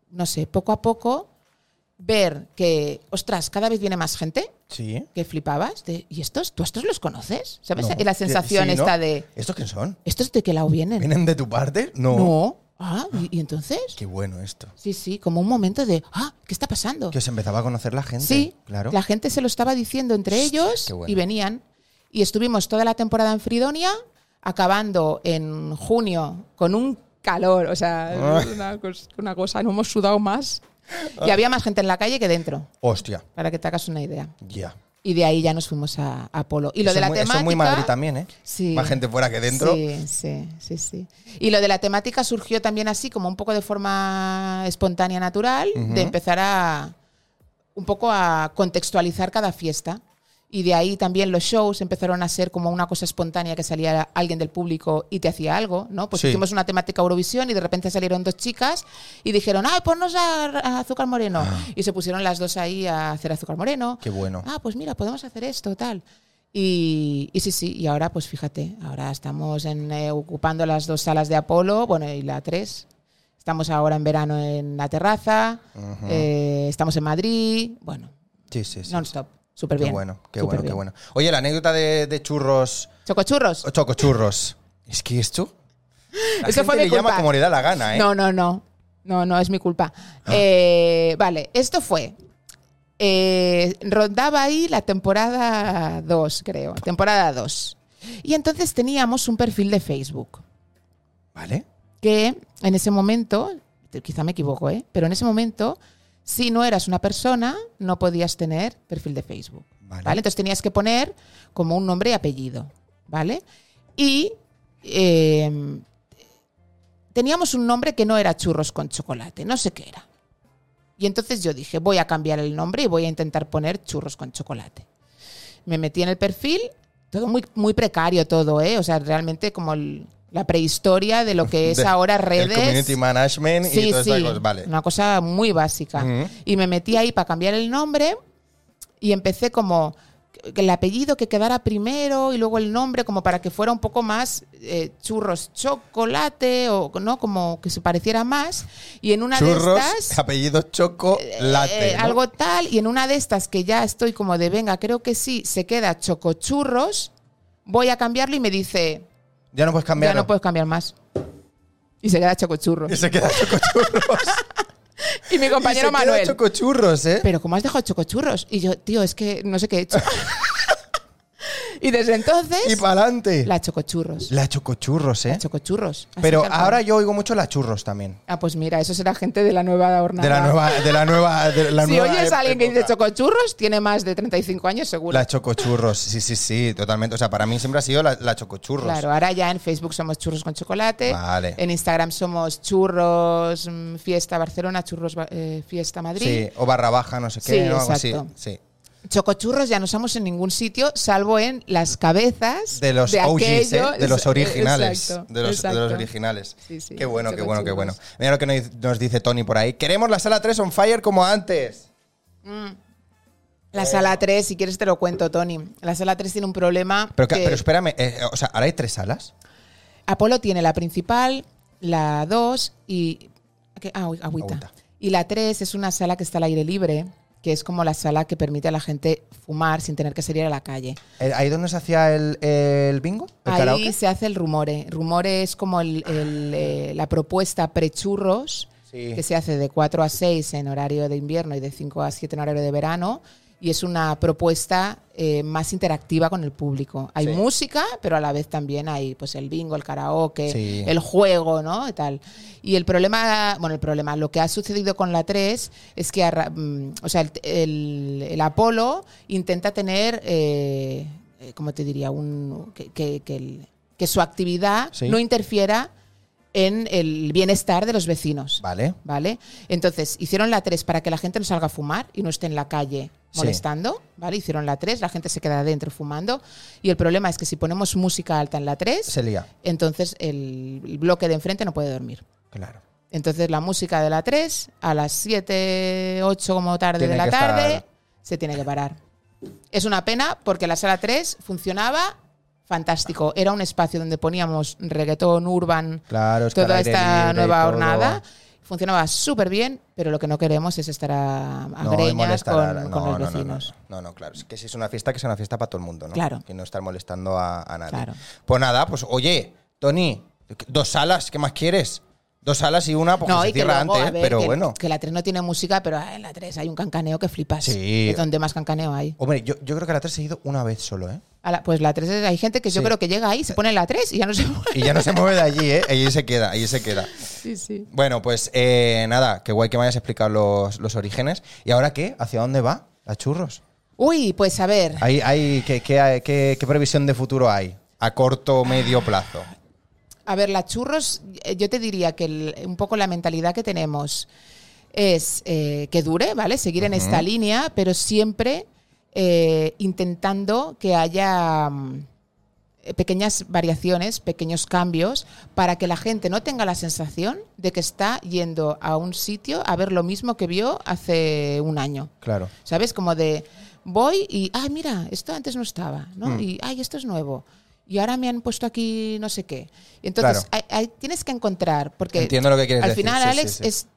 no sé, poco a poco ver que, ostras, cada vez viene más gente
Sí.
que flipabas. de, ¿Y estos? ¿Tú a estos los conoces? ¿Sabes?
No.
La sensación
Sí, ¿no?
esta de,
¿Estos quién son?
¿estos de qué lado vienen?
¿Vienen de tu parte? No.
No. Ah, ¿y, y entonces?
Qué bueno esto.
Sí, sí, como un momento de, ah, ¿qué está pasando?
Que os empezaba a conocer la gente.
sí,
Claro.
la gente se lo estaba diciendo entre ellos
qué bueno.
y venían. Y estuvimos toda la temporada en Fridonia, acabando en junio con un calor, o sea,
Ah.
una, cos- una cosa, no hemos sudado más. Y había más gente en la calle que dentro,
Hostia.
para que te hagas una idea.
Ya.
Y de ahí ya nos fuimos a, a Polo. Y
Eso
lo de
es
la
muy-
temática...
Eso es muy Madrid también, ¿eh?
Sí.
Más gente fuera que dentro.
Sí, sí, sí, sí. Y lo de la temática surgió también así, como un poco de forma espontánea, natural,
Ujú.
de empezar a un poco a contextualizar cada fiesta. Y de ahí también los shows empezaron a ser como una cosa espontánea que salía alguien del público y te hacía algo, ¿no? Pues
Sí.
hicimos una temática Eurovisión y de repente salieron dos chicas y dijeron, ah, ponnos a, a Azúcar Moreno. Y se pusieron las dos ahí a hacer Azúcar Moreno
Ah. Qué bueno.
ah, pues mira, podemos hacer esto, tal. Y, y sí, sí, y ahora pues fíjate, ahora estamos en, eh, ocupando las dos salas de Apolo, bueno, y la tres. Estamos ahora en verano en la terraza,
Ujú.
eh, estamos en Madrid, bueno,
sí, sí. sí.
non-stop, súper
Qué
bien.
bueno, qué
súper
bueno, qué
bien.
bueno. Oye, la anécdota de, de churros,
¿Chocochurros?
o chocochurros. Es que esto. La
Eso
gente
fue
le
mi
llama
culpa.
como le da la gana, ¿eh? Ah.
No, no, no, no, no, es mi culpa. Eh, vale, esto fue, eh, rondaba ahí la temporada 2, creo, temporada 2. Y entonces teníamos un perfil de Facebook.
¿Vale?
que en ese momento, te- quizá me equivoco, ¿eh? pero en ese momento, si no eras una persona, no podías tener perfil de Facebook.
Vale.
Vale. Entonces tenías que poner como un nombre y apellido. ¿Vale? Y eh, teníamos un nombre que no era churros con chocolate, no sé qué era. Y entonces yo dije, voy a cambiar el nombre y voy a intentar poner churros con chocolate. Me metí en el perfil, todo muy, muy precario todo, ¿eh? O sea, realmente como el- la prehistoria de lo que es
De-
ahora redes.
El community management y todas esas cosas. Vale.
Una cosa muy básica.
Ujú.
Y me metí ahí para cambiar el nombre y empecé como que el apellido que quedara primero y luego el nombre como para que fuera un poco más eh, churros chocolate o no como que se pareciera más y en una
Churros,
de estas
apellido choco, late.
eh,
¿no?
algo tal y en una de estas que ya estoy como de venga creo que sí se queda chocochurros voy a cambiarlo y me dice
Ya no puedes
ya
cambiar.
no puedes cambiar más y se queda chocochurros
Y se queda chocochurros.
y mi compañero
Y se queda
Manuel
chocochurros, ¿eh?
pero ¿cómo has dejado chocochurros? Y yo, tío, es que no sé qué he hecho. Y desde entonces,
Y para adelante. La,
la chocochurros.
chocochurros, ¿eh?
La chocochurros. Así
Pero
tal cual.
ahora yo oigo mucho la churros también.
Ah, pues mira, eso será gente de la nueva
De
hornada.
la nueva. De la nueva de la
si
nueva
oyes a alguien que dice
época.
chocochurros, tiene más de 35 años seguro.
La chocochurros, sí, sí, sí, totalmente. O sea, para mí siempre ha sido la, la chocochurros.
Claro, ahora ya en Facebook somos churros con chocolate.
Vale.
En Instagram somos churros mm, fiesta Barcelona, churros Ba- eh, fiesta Madrid.
Sí, o barra baja, no sé qué,
Sí,
¿no? algo así.
exacto.
Sí.
Chocochurros ya no usamos en ningún sitio, salvo en las cabezas
De los OGs, ¿eh?
aquello-
de los originales.
Exacto,
de, los, de los
exacto.
originales.
Sí, sí,
qué bueno, qué
chocochurros.
bueno, qué bueno. Mira lo que nos- nos dice Tony por ahí. Queremos la sala 3 on fire como antes. Eh.
La sala 3, si quieres te lo cuento, Tony. La sala 3 tiene un problema.
Pero, que-
que-
pero espérame, eh, o sea, ¿ahora hay tres salas?
Apolo tiene la principal, la 2 y. ¿qué? Ah, agüita.
Agüita.
Y la 3 es una sala que está al aire libre, que es como la sala que permite a la gente fumar sin tener que salir a la calle.
Eh, ¿Ahí donde se hacía el, el bingo? ¿El
Ahí
karaoke?
se hace el rumore. Rumore es como el- el, eh, la propuesta prechurros
Sí.
que se hace de 4 a 6 en horario de invierno y de 5 a 7 en horario de verano. Y es una propuesta eh, más interactiva con el público. Hay
Sí.
música, pero a la vez también hay pues el bingo, el karaoke,
Sí.
el juego, ¿no? Y tal. Y el problema, bueno, el problema, lo que ha sucedido con la 3 es que, arra- mm, o sea, el, el- el Apolo intenta tener, eh, eh, ¿cómo te diría? Un, que, que- que el- que su actividad
Sí.
no interfiera en el bienestar de los vecinos.
Vale.
¿Vale? Entonces, hicieron la 3 para que la gente no salga a fumar y no esté en la calle
Sí.
molestando, ¿vale? Hicieron la 3, la gente se queda adentro fumando y el problema es que si ponemos música alta en la 3,
Se lía.
entonces el, el bloque de enfrente no puede dormir.
Claro.
Entonces la música de la 3 a las 7, 8 como tarde
Tiene
de la
que
tarde
estar-
se tiene que parar. Es una pena porque la sala 3 funcionaba fantástico. Era un espacio donde poníamos reggaetón, urban,
Claro, es que al
toda
aire
esta
libre y
nueva
todo.
jornada. Funcionaba súper bien, pero lo que no queremos es estar a, a
y
greñas
molestar
con,
a la-
con
no, no,
los
no,
vecinos.
No, no, no, claro. Es que si es una fiesta, que sea una fiesta para todo el mundo, ¿no?
Claro.
Que no estar molestando a, a nadie.
Claro.
Pues nada, pues oye, Tony, dos salas, ¿qué más quieres? Dos salas y una, porque
No,
se
y que
cierra
luego,
antes,
a
¿eh?
ver,
pero
que-
bueno.
Que la 3 no tiene música, pero ah, en la 3 hay un cancaneo que flipas.
Sí.
Es donde más cancaneo hay.
Hombre, yo, yo creo que a la 3 he ido una vez solo, ¿eh?
A la- pues la 3 es- hay gente que yo
Sí.
creo que llega ahí, se pone en la 3 y ya no se mueve.
Y ya no se mueve de allí, ¿eh? Allí se queda, allí se queda.
Sí, sí.
Bueno, pues eh, nada, qué guay que me hayas explicado los, los orígenes. ¿Y ahora qué? ¿Hacia dónde va? ¿A churros?
Uy, pues a ver,
¿Hay, hay, qué, qué- qué- qué previsión de futuro hay? A corto, medio plazo.
a ver, la churros, eh, yo te diría que el- un poco la mentalidad que tenemos es eh, que dure, ¿vale? Seguir en esta línea, pero siempre eh, intentando que haya mm, eh, pequeñas variaciones, pequeños cambios, para que la gente no tenga la sensación de que está yendo a un sitio a ver lo mismo que vio hace un año.
Claro.
¿Sabes? Como de voy y, ah, mira, esto antes no estaba, ¿no?
Mm.
Y, ay, esto es nuevo. Y ahora me han puesto aquí no sé qué. Y entonces,
Claro.
hay- hay- tienes que encontrar, porque
Entiendo lo que quieres
al
decir,
final,
sí,
Alex,
sí, sí.
es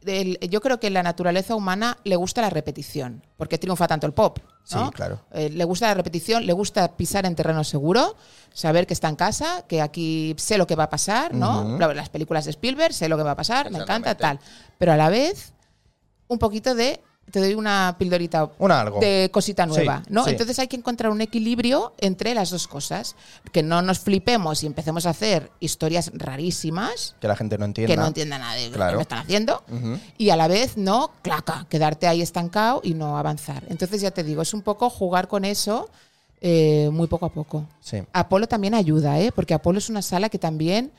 del- yo creo que la naturaleza humana le gusta la repetición, porque triunfa tanto el pop. ¿no?
Sí, claro.
Eh, le gusta la repetición, le gusta pisar en terreno seguro, saber que está en casa, que aquí sé lo que va a pasar, ¿no?
Ujú.
Claro, Las películas de Spielberg, sé lo que va a pasar, me encanta, tal.
Exactamente.
Pero a la vez, un poquito de. Te doy una pildorita
Un algo.
de cosita nueva,
Sí,
¿no?
sí.
Entonces hay que encontrar un equilibrio entre las dos cosas, que no nos flipemos y empecemos a hacer historias rarísimas
Que la gente no entienda.
que no entienda nada de
Claro.
lo que están haciendo
Ujú.
y a la vez no, claca, quedarte ahí estancado y no avanzar. Entonces ya te digo, es un poco jugar con eso eh, muy poco a poco.
Sí.
Apolo también ayuda, ¿eh? porque Apolo es una sala que también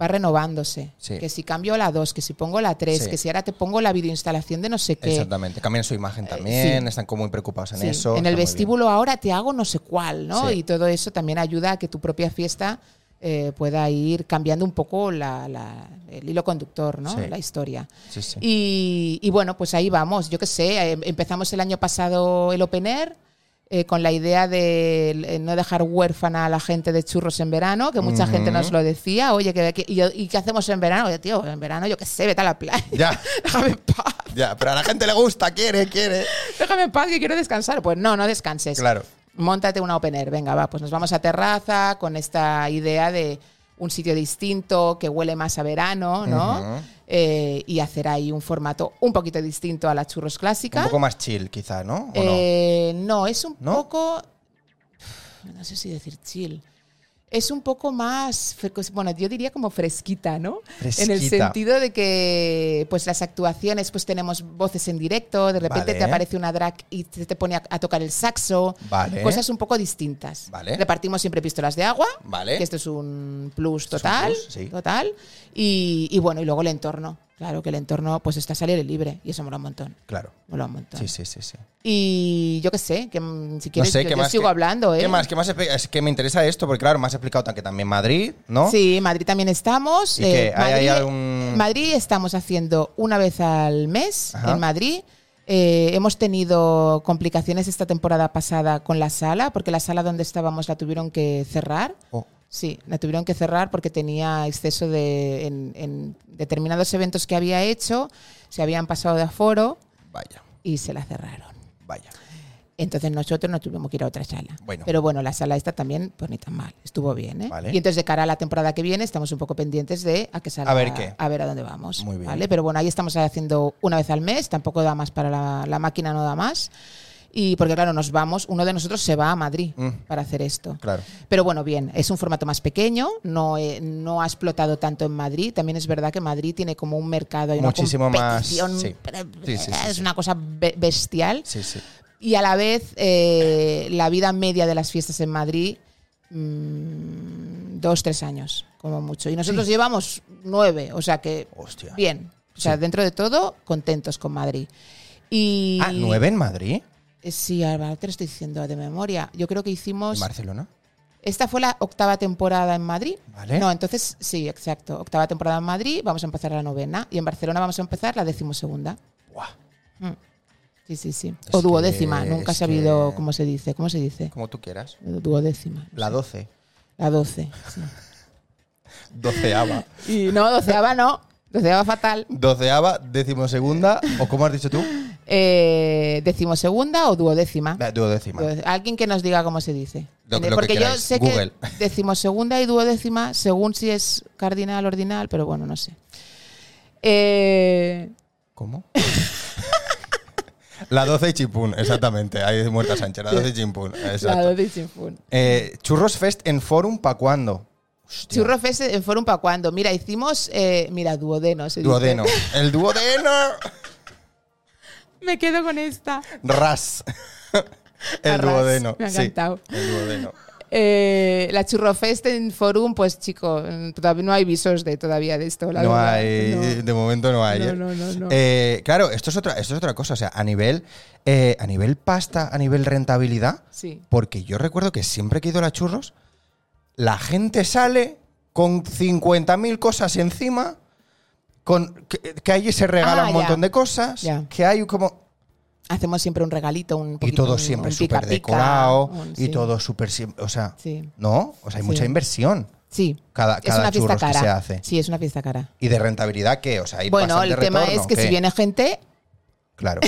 va renovándose.
Sí.
Que si cambio la 2, que si pongo la 3,
Sí.
que si ahora te pongo la videoinstalación de no sé qué.
Exactamente. Cambian su imagen también, están como muy preocupados en
Eh, Sí,
eso.
en
está
el
muy bien.
vestíbulo ahora te hago no sé cuál, ¿no?
Sí.
Y todo eso también ayuda a que tu propia fiesta eh, pueda ir cambiando un poco la- la- el hilo conductor, ¿no?
Sí.
La historia.
Sí, sí.
Y, y bueno, pues ahí vamos. Yo qué sé, em- empezamos el año pasado el Open Air. eh, con la idea de eh, no dejar huérfana a la gente de churros en verano, que mucha gente nos lo decía, oye, ¿qué, qué- y, y qué hacemos en verano? Oye, tío, en verano yo qué sé, vete a la playa,
Ya,
déjame en paz,
ya, pero a la gente le gusta, quiere, quiere.
déjame en paz que quiero descansar. Pues no, no descanses.
Claro.
Móntate una open air, venga, va, pues nos vamos a terraza con esta idea de un sitio distinto que huele más a verano, ¿no?
Ujú.
Eh, y hacer ahí un formato un poquito distinto a la churros
Un
clásica.
poco más chill, quizá, ¿no? ¿O no?
Eh, no? es un
¿No?
poco. no sé si decir chill. Es un poco más, fre- bueno, yo diría como fresquita, ¿no? En el
Fresquita.
sentido de que, pues las actuaciones, pues tenemos voces en directo, de repente
Vale.
te aparece una drag y te, te pone a, a tocar el saxo,
Vale.
cosas un poco distintas.
Vale.
Repartimos siempre pistolas de agua,
Vale.
que esto es un plus
Esto es un
total,
plus, sí.
total. Y, y bueno, y luego el entorno. Claro que el entorno, pues está salir libre y eso mola un montón.
Claro.
Mola un montón.
Sí, sí, sí, sí.
Y yo qué sé, que mm, si quieres,
no sé
yo,
qué
yo
más.
sigo
qué-
hablando, ¿eh?
¿Qué más? ¿Qué más? espe- Es que me interesa esto, porque claro, me has explicado tan- que también Madrid, ¿no?
Sí, Madrid también estamos. eh,
¿Y qué? ¿Hay- hay algún-
Madrid estamos haciendo una vez al mes
Ajá.
en Madrid. Eh, hemos tenido complicaciones esta temporada pasada con la sala, porque la sala donde estábamos la tuvieron que cerrar.
Oh,
Sí, la tuvieron que cerrar porque tenía exceso de. En, en determinados eventos que había hecho, se habían pasado de aforo
vaya,
y se la cerraron.
vaya.
Entonces nosotros nos tuvimos que ir a otra sala.
Bueno.
Pero bueno, la sala esta también, pues ni tan mal, estuvo bien. ¿eh?
Vale.
Y entonces de cara a la temporada que viene estamos un poco pendientes de a qué sala,
A ver qué.
a ver a dónde vamos.
Muy bien.
¿vale? Pero bueno, ahí estamos haciendo una vez al mes, tampoco da más para la, la máquina, no da más. Y porque claro, nos vamos, uno de nosotros se va a Madrid
Mm.
para hacer esto.
Claro.
Pero bueno, bien, es un formato más pequeño, no, eh, no ha explotado tanto en Madrid. También es verdad que Madrid tiene como un mercado, hay
Muchísimo
una
más,
competición,
sí. Sí, sí, sí,
es
sí.
una cosa be- bestial.
Sí, sí.
Y a la vez, eh, la vida media de las fiestas en Madrid, mm, dos, tres años, como mucho. Y nosotros llevamos nueve, o sea que
Hostia.
bien. O sea,
Sí.
dentro de todo, contentos con Madrid. Y,
Ah, ¿nueve en Madrid?
Eh, Sí, ahora te lo estoy diciendo de memoria. Yo creo que
¿En
hicimos...
Barcelona?
Esta fue la octava temporada en Madrid.
Vale.
No, entonces, sí, exacto. Octava temporada en Madrid, vamos a empezar la novena. Y en Barcelona vamos a empezar la decimosegunda.
Buah.
Sí, sí, sí.
Es
O duodécima,
que-
nunca he
es
sabido
que-
cómo se dice. ¿Cómo se dice?
Como tú quieras.
Duodécima.
La doce.
La 12. sí.
Doceava.
Y no, doceava no. Doceava fatal.
Doceava, decimosegunda, o como has dicho tú,
Eh, decimosegunda o duodécima.
la duodécima.
Duode- Alguien que nos diga cómo se dice.
Lo- lo que
Porque yo
queráis,
sé
Google.
que decimosegunda y duodécima, según si es cardinal, ordinal, pero bueno, no sé. Eh,
¿Cómo? la doce y chimpún, exactamente. Ahí dice muerta Sánchez, la doce y chimpún.
la
Exacto.
doce sin fun.
Eh, Churros Fest en Forum, ¿pa' cuándo? Hostia.
Churro Fest en Forum para cuando. Mira, hicimos. eh, mira, duodeno. se dice.
Duodeno. El duodeno.
Me quedo con esta.
Ras.
A
El
ras,
duodeno.
me ha
sí.
encantado.
El duodeno.
Eh, la Churrofest en Forum, pues chico, mm, todavía no hay visos de todavía de esto. La
no
verdad.
hay,
No.
de momento no hay.
No,
¿eh?
no, no, no.
Eh, claro, esto es otra, esto es otra cosa. O sea, a nivel, eh, a nivel pasta, a nivel rentabilidad,
Sí.
porque yo recuerdo que siempre que he ido a la churros, la gente sale con 50.000 cosas encima, con que, que allí se regala
Ah,
un
ya.
montón de cosas,
Ya.
que hay como
Hacemos siempre un regalito, un
y
poquito,
todo
un-
siempre
un
súper
pica-pica,
decorado
un-
y
sí.
todo súper, siem- o sea,
Sí.
no, o sea, hay
Sí.
mucha inversión
Sí.
cada,
es
cada
una fiesta
churros
cara.
que se hace.
Sí, es una fiesta cara.
Y de rentabilidad, ¿qué? O sea, hay
Bueno,
bastante
el tema
retorno,
es que si
¿qué?
viene gente,
Claro.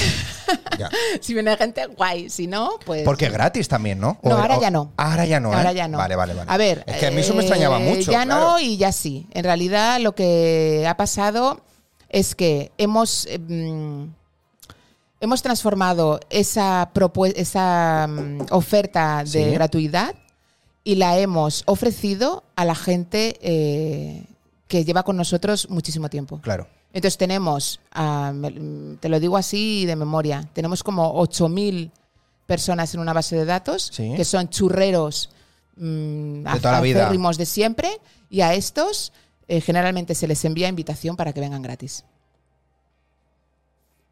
Ya.
si viene gente, guay. Si no, pues.
Porque es gratis también, ¿no?
No, ahora
o-
ya no.
Ahora ya no. ¿eh?
Ahora ya no.
Vale, vale, vale.
A ver.
Es que a mí eso me extrañaba
eh,
mucho.
Ya
claro.
no y ya sí. En realidad lo que ha pasado es que hemos. eh, mm, Hemos transformado esa, propue- esa mm, oferta de
Sí.
gratuidad y la hemos ofrecido a la gente eh, que lleva con nosotros muchísimo tiempo.
Claro.
Entonces tenemos, ah, me- mm, te lo digo así de memoria, tenemos como 8.000 personas en una base de datos
Sí.
que son churreros mm,
De toda la vida.
acérrimos de siempre y a estos eh, generalmente se les envía invitación para que vengan gratis.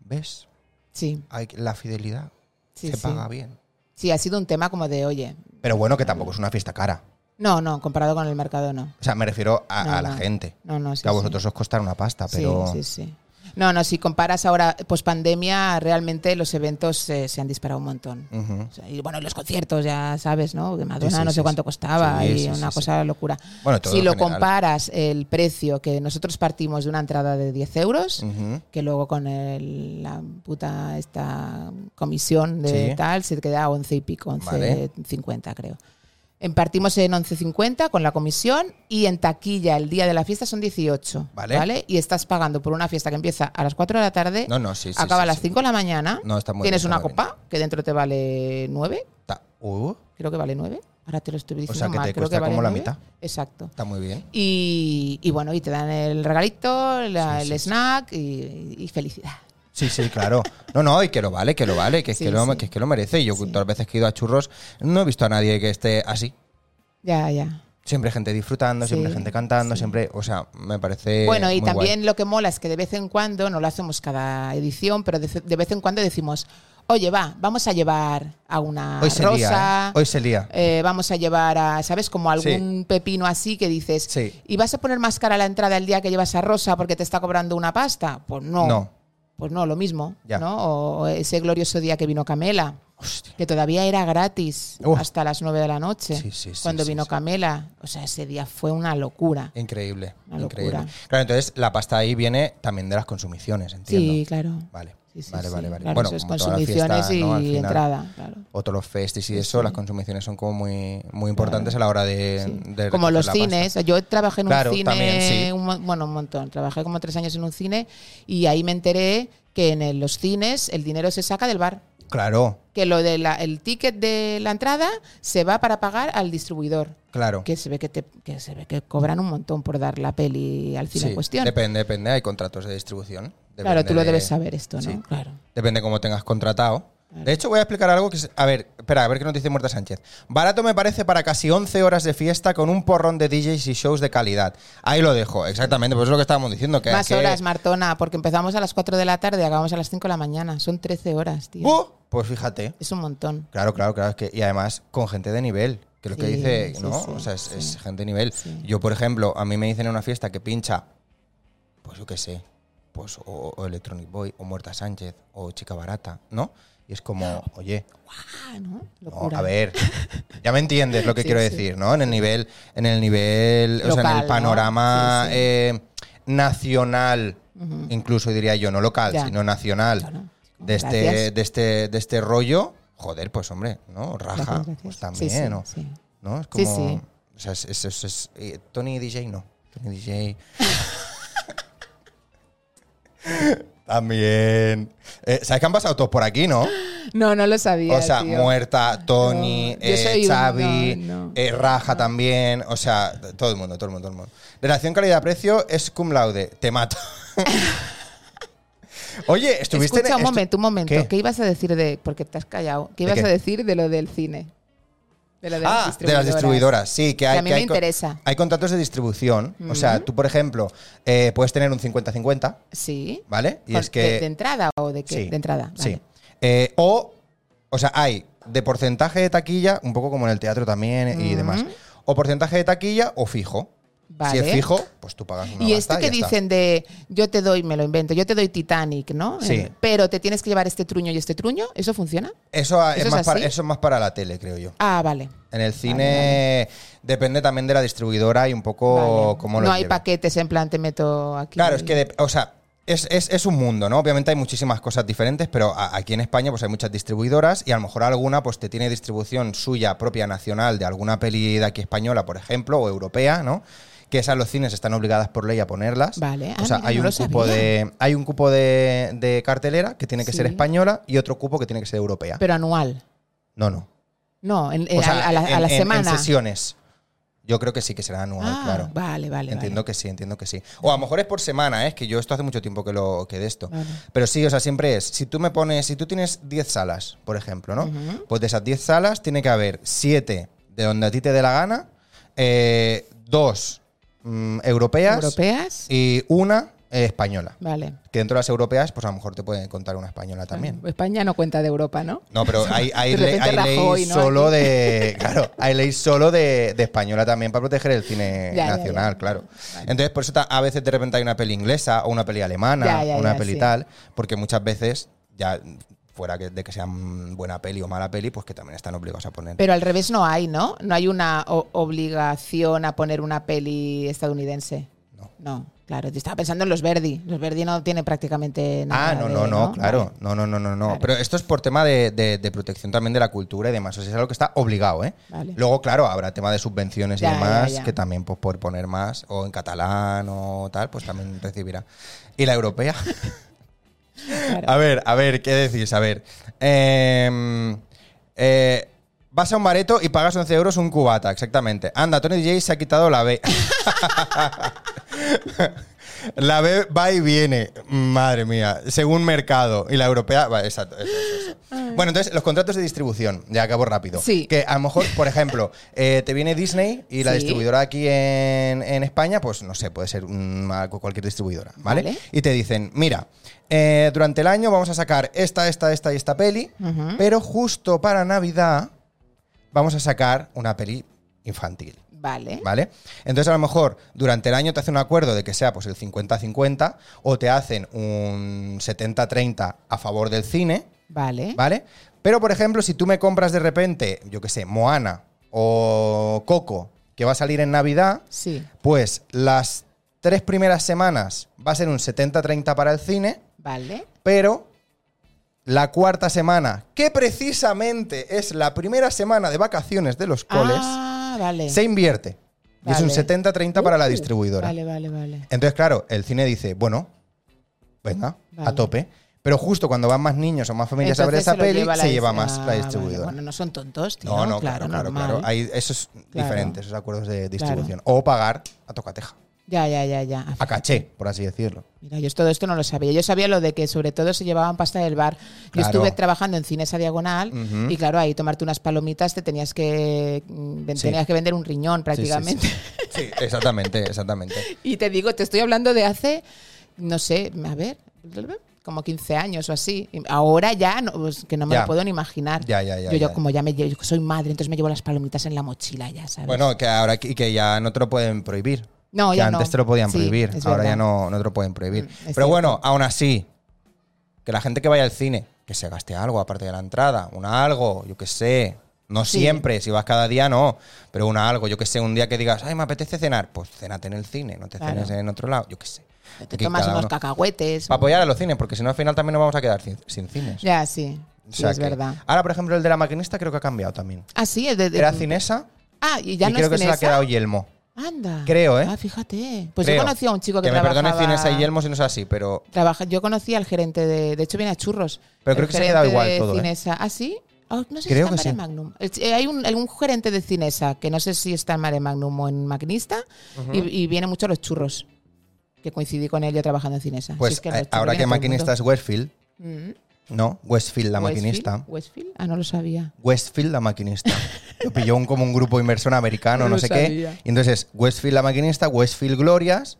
¿Ves?
Sí,
Hay la fidelidad
sí,
se
sí.
paga bien.
Sí, ha sido un tema como de, oye,
Pero bueno, que tampoco es una fiesta cara.
no, no, comparado con el mercado no.
O sea, me refiero a,
No,
a la
no.
gente.
No, no, sí,
que a
sí.
vosotros os costará una pasta, pero.
Sí, sí, sí. No, no, si comparas ahora post pandemia, realmente los eventos eh, se han disparado un montón.
Ujú.
O sea, y bueno, y los conciertos, ya sabes, ¿no? Que Madonna
Sí, sí,
no sé
sí,
cuánto
sí.
costaba
Sí,
y
sí, sí,
una
sí.
cosa locura.
Bueno, todo
si
en
lo
general.
comparas el precio que nosotros partimos de una entrada de 10 euros,
Ujú.
que luego con el- la puta esta comisión de
Sí.
tal se queda a 11 y pico,
Vale.
11.50 creo. En- Partimos en 11.50 con la comisión y en taquilla el día de la fiesta son 18,
Vale.
¿vale? Y estás pagando por una fiesta que empieza a las 4 de la tarde,
No, no, sí, sí. sí,
acaba a las
sí.
5 de la mañana,
No, está muy
tienes
bien,
una
está muy
copa que dentro te vale 9,
Ta- uh,
creo que vale 9. Ahora te lo estoy diciendo
O sea, que
mal,
te
creo
cuesta
vale
como la
nueve.
mitad.
Exacto.
Está muy bien.
Y, y bueno, y te dan el regalito, la-
Sí, sí,
el
sí.
snack y, y felicidad.
Sí, sí, claro. No, no, y que lo vale, que lo vale, que es,
Sí,
que, lo,
sí.
que es que lo merece. Yo
Sí.
todas las veces que he ido a churros no he visto a nadie que esté así.
Ya, ya.
Siempre gente disfrutando,
Sí,
siempre gente cantando,
sí.
siempre, o sea, me parece...
Bueno, y
Eh, muy guay.
también lo que mola es que de vez en cuando, no lo hacemos cada edición, pero de, de vez en cuando decimos, oye, va, vamos a llevar a una
Hoy se
rosa.
lía, ¿eh? Hoy se lía.
eh, vamos a llevar a, ¿sabes? Como algún pepino así que dices,
Sí.
¿y vas a poner más cara a la entrada el día que llevas a Rosa porque te está cobrando una pasta? Pues no.
No.
Pues no, lo mismo,
Ya.
¿no? O ese glorioso día que vino Camela, que todavía era gratis
Uf.
hasta las 9 de la noche,
Sí, sí, sí,
cuando
sí,
vino
sí.
Camela. O sea, ese día fue una locura.
Increíble,
Una
increíble.
locura.
Claro, entonces la pasta ahí viene también de las consumiciones, entiendo.
Sí, claro.
Vale,
Sí, sí,
vale,
sí.
vale, vale.
Claro,
bueno,
eso es
como toda la
consumiciones
fiesta,
y
¿no? Al final,
entrada, claro.
O todos los festis y eso, las consumiciones son como muy, muy importantes a la hora de... de
Como
recoger
los
la pasta.
cines. Yo trabajé en
Claro,
un cine,
también, sí.
un mon- bueno, un montón. Trabajé como tres años en un cine y ahí me enteré que en el- los cines el dinero se saca del bar.
Claro,
Que lo del ticket de la entrada se va para pagar al distribuidor.
claro.
Que se ve que, te, que se ve que cobran un montón por dar la peli al cine
Sí,
en cuestión.
Depende, depende. Hay contratos de distribución.
claro,
Depende
tú lo
de-
debes saber esto, ¿no?
Sí.
Claro.
Depende cómo tengas contratado. De hecho, voy a explicar algo que es. A ver, espera, a ver qué nos dice Muerta Sánchez. Barato me parece para casi 11 horas de fiesta con un porrón de DJs y shows de calidad. Ahí lo dejo, exactamente. Pues es lo que estábamos diciendo. Que
Más
que-
horas, Martona, porque empezamos a las 4 de la tarde y acabamos a las 5 de la mañana. Son 13 horas, tío.
¡Buh! Pues fíjate.
Es un montón.
Claro, claro, claro. Es que, y además con gente de nivel, que lo que
Sí,
dice,
sí,
¿no?
sí,
o sea, es, es
sí.
gente de nivel.
Sí.
Yo, por ejemplo, a mí me dicen en una fiesta que pincha, pues yo qué sé, pues o, o Electronic Boy, o Muerta Sánchez, o Chica Barata, ¿no? Y es como, oye,
Ah, ¿no?
no,
Locura.
a ver, ya me entiendes lo que
Sí,
quiero
sí.
decir, ¿no? En el nivel, en el nivel, o sea, en
Local,
el
¿no?
panorama
Sí, sí.
eh, nacional, incluso diría yo, no local,
Ya.
sino nacional,
Claro.
de este,
Gracias.
de este, de este rollo, joder, pues hombre, ¿no? Raja,
Gracias, gracias.
pues
Sí,
también,
sí,
¿no?
sí.
¿No? Es
Sí,
como,
sí.
o sea, es, es- es- es- eh, Tony DJ no, Tony DJ. También. Eh, ¿Sabes que han pasado todos por aquí, no?
No, no lo sabía.
O sea,
tío. Ah,
Muerta, Tony,
No, yo
eh,
soy un-
Xavi,
no, no.
eh, Raja también. O sea, todo el mundo, todo el mundo, todo el mundo. Relación calidad-precio es cum laude. Te mato. Oye, estuviste
Escucha,
en.
un
estu-
momento, un momento.
¿Qué?
¿Qué? ibas a decir de.? Porque te has callado. ¿Qué
¿De
ibas
qué?
a decir de lo del cine? De lo de
Ah,
las
de las distribuidoras, sí, que hay.
a mí
que
me
hay co-
interesa. Mm.
Hay contratos de distribución. O sea, tú, por ejemplo, eh, puedes tener un 50-50,
Sí.
¿vale? Y
Con-
es que.
de, de entrada o de qué?
Sí,
De entrada.
Sí.
vale.
Eh, o, o sea, hay de porcentaje de taquilla, un poco como en el teatro también y
Ujú.
demás. O porcentaje de taquilla o fijo.
Vale.
Si es fijo, pues tú pagas una pasta
Y esto que
ya está.
dicen de yo te doy, me lo invento, yo te doy Titanic, ¿no?
Sí.
Eh, Pero te tienes que llevar este truño y este truño, ¿eso funciona?
Eso, es
¿Eso es
más para,
así?
eso es más para la tele, creo yo.
Ah, vale.
En el cine depende también de la distribuidora y un poco
Vale.
cómo lo
no hay
lleve.
paquetes en plan te meto aquí.
Claro, es que, de- o sea, es, es- es un mundo, ¿no? Obviamente hay muchísimas cosas diferentes, pero a- aquí en España pues hay muchas distribuidoras y a lo mejor alguna pues te tiene distribución suya propia nacional de alguna peli de aquí española, por ejemplo, o europea, ¿no? Que esas los cines están obligadas por ley a ponerlas.
Vale. Ah,
o sea,
mira,
hay,
no
un
lo
cupo
sabía.
de, hay un cupo de, de cartelera que tiene que ser
Sí.
española y otro cupo que tiene que ser europea.
Pero anual.
no, no.
No, en-
O
en-
sea,
a, la, a la
en- en-
semana.
En sesiones. Yo creo que sí que será anual,
Ah,
claro.
Vale, vale.
Entiendo
vale.
que sí, entiendo que sí. O a lo mejor es por semana, ¿eh? es que yo esto hace mucho tiempo que lo que de esto.
Vale.
Pero sí, o sea, siempre es, si tú me pones, si tú tienes 10 salas, por ejemplo, ¿no? Pues de esas 10 salas tiene que haber 7 de donde a ti te dé la gana, 2 europeas,
¿Europeas?
y una eh, española.
Vale.
Que dentro de las europeas, pues a lo mejor te pueden contar una española también.
España no cuenta de Europa, ¿no?
No, pero hay, hay,
De
le-
repente
hay ley
Rajoy, ¿no?
solo
Aquí.
de. Claro, hay ley solo de, de española también para proteger el cine
Ya, ya,
nacional,
ya.
claro.
Vale.
Entonces, por eso ta- a veces de repente hay una peli inglesa o una peli alemana
Ya, ya,
o una
ya,
peli
sí.
tal, porque muchas veces, ya fuera que- de que sean buena peli o mala peli, pues que también están obligados a poner.
Pero al revés no hay, ¿no? No hay una o- obligación a poner una peli estadounidense.
No.
No, claro. Yo estaba pensando en los Verdi. Los Verdi no tienen prácticamente nada.
Ah, no,
de-
no, no, claro.
Vale.
No, no, no, no, no.
Vale.
Pero esto es por tema de, de- de protección también de la cultura y demás. O sea, es algo que está obligado, ¿eh?
Vale.
Luego, claro, habrá tema de subvenciones y
Ya,
demás,
ya, ya.
que también pues, por poner más, o en catalán o tal, pues también recibirá. ¿Y la europea?
Claro.
Ah. a ver, a ver, ¿qué decís? A ver. Em, eh, Vas a un bareto y pagas 11 euros un cubata, exactamente. Anda, Tony DJ se ha quitado la B. la B va y viene. Madre mía. Según mercado. Y la europea. va, exacto, eso, eso, eso. Bueno, entonces, los contratos de distribución. Ya acabo rápido.
Sí.
Que a lo mejor, por ejemplo, eh, te viene Disney y la
Sí.
distribuidora aquí en, en España, pues no sé, puede ser una- cualquier distribuidora, ¿vale?
Vale.
Y te dicen, mira. eh, durante el año vamos a sacar esta, esta, esta y esta peli,
Ujú.
pero justo para Navidad vamos a sacar una peli infantil,
Vale.
¿vale? Entonces a lo mejor durante el año te hacen un acuerdo de que sea pues el 50-50 o te hacen un 70-30 a favor del cine,
Vale.
¿vale? Pero por ejemplo, si tú me compras de repente, yo qué sé, Moana o Coco, que va a salir en Navidad,
Sí.
pues las tres primeras semanas va a ser un 70-30 para el cine
Vale.
pero la cuarta semana, que precisamente es la primera semana de vacaciones de los coles,
Ah, vale.
se invierte. Y es un
Vale.
70-30 para la
Uh,
distribuidora.
Vale, vale, vale.
Entonces, claro, el cine dice, bueno, venga,
Vale.
a tope. Pero justo cuando van más niños o más familias a ver
Entonces
esa
se lo
peli,
lleva la
se
dis-
lleva más
Ah,
la
vale.
distribuidora.
Bueno, no son tontos, tío.
no, no, claro, claro,
normal.
claro. Hay, eso es
Claro.
diferente, esos acuerdos de distribución. O pagar a tocateja,
Ya, ya, ya, ya. Ah,
a caché, por así decirlo.
Mira, yo todo esto no lo sabía. Yo sabía lo de que sobre todo se llevaban pasta del bar. Yo
Claro.
estuve trabajando en cines a diagonal
Ujú.
y claro, ahí tomarte unas palomitas te tenías que mm, ven-
Sí.
tenías que vender un riñón
Sí, sí, sí.
prácticamente.
sí exactamente, exactamente.
Y te digo, te estoy hablando de hace, no sé, a ver, como 15 años o así. Y Ahora ya, no, pues, que no me
Ya.
lo puedo ni imaginar.
Ya, ya, ya,
Yo, yo
ya.
como ya me llevo, yo soy madre, entonces me llevo las palomitas en la mochila ya, ¿sabes?
Bueno, que ahora que, que ya no te lo pueden prohibir.
No,
que
ya
antes
no.
te lo podían
Sí,
prohibir,
es
ahora
verdad.
ya no, no te lo pueden prohibir.
Mm, es
Pero
cierto.
bueno, aún así, que la gente que vaya al cine, que se gaste algo aparte de la entrada, una algo, yo qué sé. No
Sí.
siempre, si vas cada día no, pero una algo, yo qué sé, un día que digas, ay, me apetece cenar, pues cenate en el cine, no te
Claro.
cenes en otro lado, yo qué sé.
te tomas unos cacahuetes.
Para apoyar a los cines, porque si no al final también nos vamos a quedar sin, sin cines.
Ya, sí.
O
Sí,
sea
es
que-
verdad.
Ahora, por ejemplo, el de la maquinista creo que ha cambiado también.
Ah, sí, el de, de-
Era cinesa
Ah, y ya
y
no
creo
es
que se le ha
cinesa.
quedado Yelmo.
Anda.
Creo, ¿eh?
Ah, fíjate. Pues
Creo.
yo conocí a un chico que,
Que me
trabajaba...
perdone Cinesa y Yelmo si no es así, pero
trabaja- yo conocí al gerente de... De hecho, viene a Churros.
Pero
El
creo que se ha quedado
gerente
igual
de
todo, ¿eh?
Cinesa. ¿Ah, sí? Ah, no sé
Creo
si está en
que
Mare
sí.
Magnum. El ch- eh, hay un, algún gerente de Cinesa que no sé si está en Mare Magnum o en Maquinista y- y, viene mucho a los churros. Que coincidí con él yo trabajando en Cinesa. Si
pues
es que
eh,
en los churros
ahora
viene
que
todo el
maquinista es Westfield,
mundo. Mm.
no, Westfield la
Westfield,
maquinista.
Westfield. Ah, no lo sabía.
Westfield la maquinista. Lo pilló un, como un grupo inversor americano,
No
no,
lo
sé
sabía.
qué. Y entonces es Westfield la maquinista, Westfield Glorias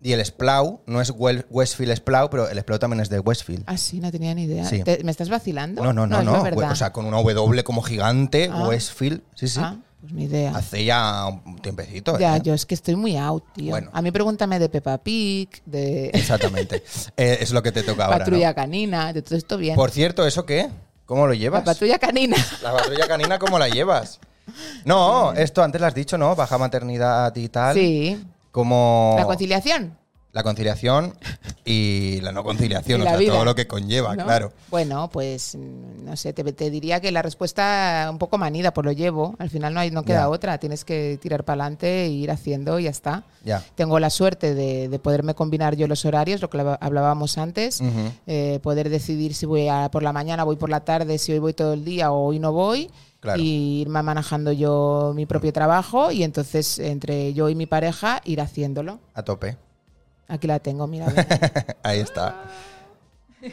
y el Splau, no es Wel- Westfield Splau, pero el Splau también es de Westfield.
Ah, sí, no tenía ni idea.
Sí.
Te- ¿Me estás vacilando?
No, no, no,
es
no.
la verdad.
O sea, con una W como gigante,
Ah.
Westfield. Sí, sí.
Ah, pues ni idea.
Hace ya un tiempecito.
Ya,
¿eh?
yo es que estoy muy out, tío.
Bueno.
A mí pregúntame de Peppa Pig, de
Exactamente. Eh, es lo que te toca ahora. ¿no?
Patrulla Canina, de todo esto bien.
Por cierto, ¿eso qué? ¿Cómo lo
la
llevas?
Patrulla Canina.
La patrulla canina, ¿cómo la llevas? No, esto antes lo has dicho, ¿no? Baja maternidad y tal.
Sí.
Como
La conciliación.
la conciliación y la no conciliación,
Y
o
la
sea,
vida.
todo lo que conlleva,
¿no?
claro.
Bueno, pues mm, no sé, te, te diría que la respuesta un poco manida, por lo llevo. Al final no, hay, no queda
Ya.
otra. Tienes que tirar para adelante e ir haciendo y ya está.
Ya.
Tengo la suerte de, de poderme combinar yo los horarios, lo que la- hablábamos antes.
Ujú.
eh, poder decidir si voy a- por la mañana, voy por la tarde, si hoy voy todo el día o hoy no voy.
Claro.
Y irme manejando yo mi propio trabajo y entonces entre yo y mi pareja ir haciéndolo.
A tope.
Aquí la tengo, mira. mira.
Ahí está.
Ah,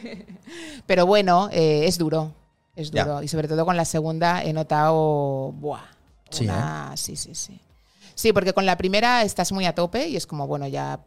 Pero bueno, eh, es duro. Es
Ya.
duro. Y sobre todo con la segunda he notado. Buah.
Sí, ¿eh?
una- sí, sí, sí. Sí, porque con la primera estás muy a tope y es como, bueno, ya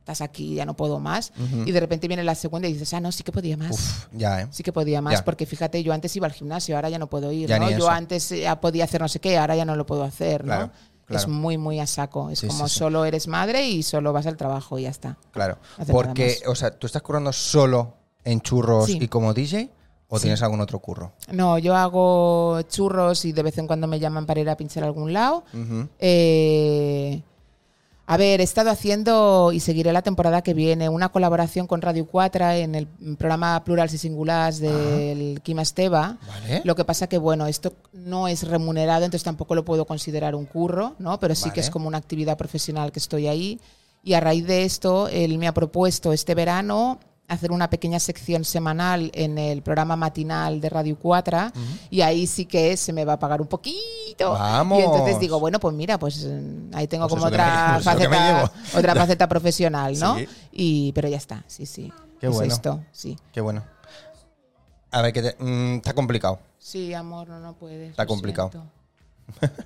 estás aquí, ya no puedo más. Y de repente viene la segunda y dices, ah, no, sí que podía más.
Uf, ya, ¿eh?
Sí que podía más,
Ya.
porque fíjate, yo antes iba al gimnasio, ahora ya no puedo ir,
Ya
¿no?
ni
Yo
eso.
antes eh, podía hacer no sé qué, ahora ya no lo puedo hacer, ¿no?
Claro, claro.
Es muy, muy a saco. Es
Sí,
como
sí, sí.
solo eres madre y solo vas al trabajo y ya está.
Claro.
Hace
Porque,
nada
o sea, ¿tú estás currando solo en churros
Sí.
y como DJ? ¿O tienes algún otro curro?
No, yo hago churros y de vez en cuando me llaman para ir a pinchar a algún lado.
Ujú.
Eh, a ver, he estado haciendo y seguiré la temporada que viene una colaboración con Radio 4 en el programa Plurals y Singulares del Kim Esteba.
Vale.
Lo que pasa que, bueno, esto no es remunerado, entonces tampoco lo puedo considerar un curro, ¿no? Pero sí
Vale.
que es como una actividad profesional que estoy ahí. Y a raíz de esto, él me ha propuesto este verano hacer una pequeña sección semanal en el programa matinal de Radio 4 y ahí sí que se me va a pagar un poquito.
Vamos.
Y entonces digo, bueno, pues mira, pues mm, ahí tengo
Pues
como
eso que me-
otra
eso que me
faceta,
llevo.
otra faceta profesional, ¿no?
Sí.
Y pero ya está, sí, sí.
Qué
Es
bueno.
esto, sí.
Qué bueno. A ver, que te- mm, está complicado.
Sí, amor, no, no puedes.
Está
lo
complicado.
siento.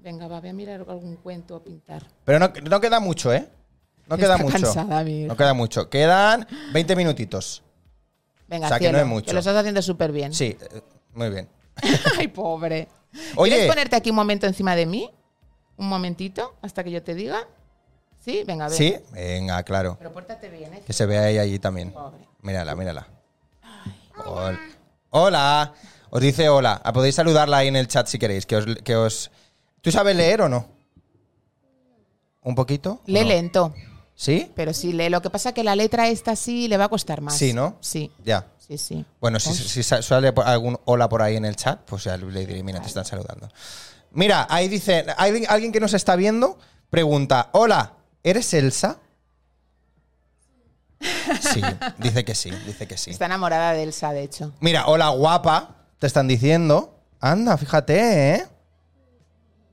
Venga, va, voy a mirar algún cuento a pintar.
Pero no, no queda mucho, ¿eh? No queda
Está
mucho.
cansada, mi hija.
no queda mucho. Quedan 20 minutitos.
Venga,
O sea, que
cielo,
no es mucho.
lo estás haciendo súper bien.
Sí, eh, muy bien.
Ay, pobre.
Oye.
¿Quieres ponerte aquí un momento encima de mí? Un momentito, hasta que yo te diga. ¿Sí? Venga, a ver.
¿Sí? Venga, claro.
Pero pórtate bien, ¿eh?
Que se vea ella allí también.
Pobre.
Mírala, mírala. Hola. Hola. Os dice hola. Ah, Podéis saludarla ahí en el chat si queréis. Que os, que os... ¿Tú sabes leer o no? ¿Un poquito? ¿O
Lee
no?
lento,
¿Sí?
pero sí lee. Lo que pasa que la letra esta sí le va a costar más.
Sí, ¿no?
Sí,
Ya.
sí, sí.
Bueno, si, si sa- sale por- algún hola por ahí en el chat, pues ya le diré, mira, te están saludando. Mira, ahí dice, alguien, alguien que nos está viendo pregunta, hola, ¿eres Elsa? Sí, dice que sí, dice que sí.
Está enamorada de Elsa, de hecho.
Mira, hola guapa, te están diciendo. Anda, fíjate, ¿eh?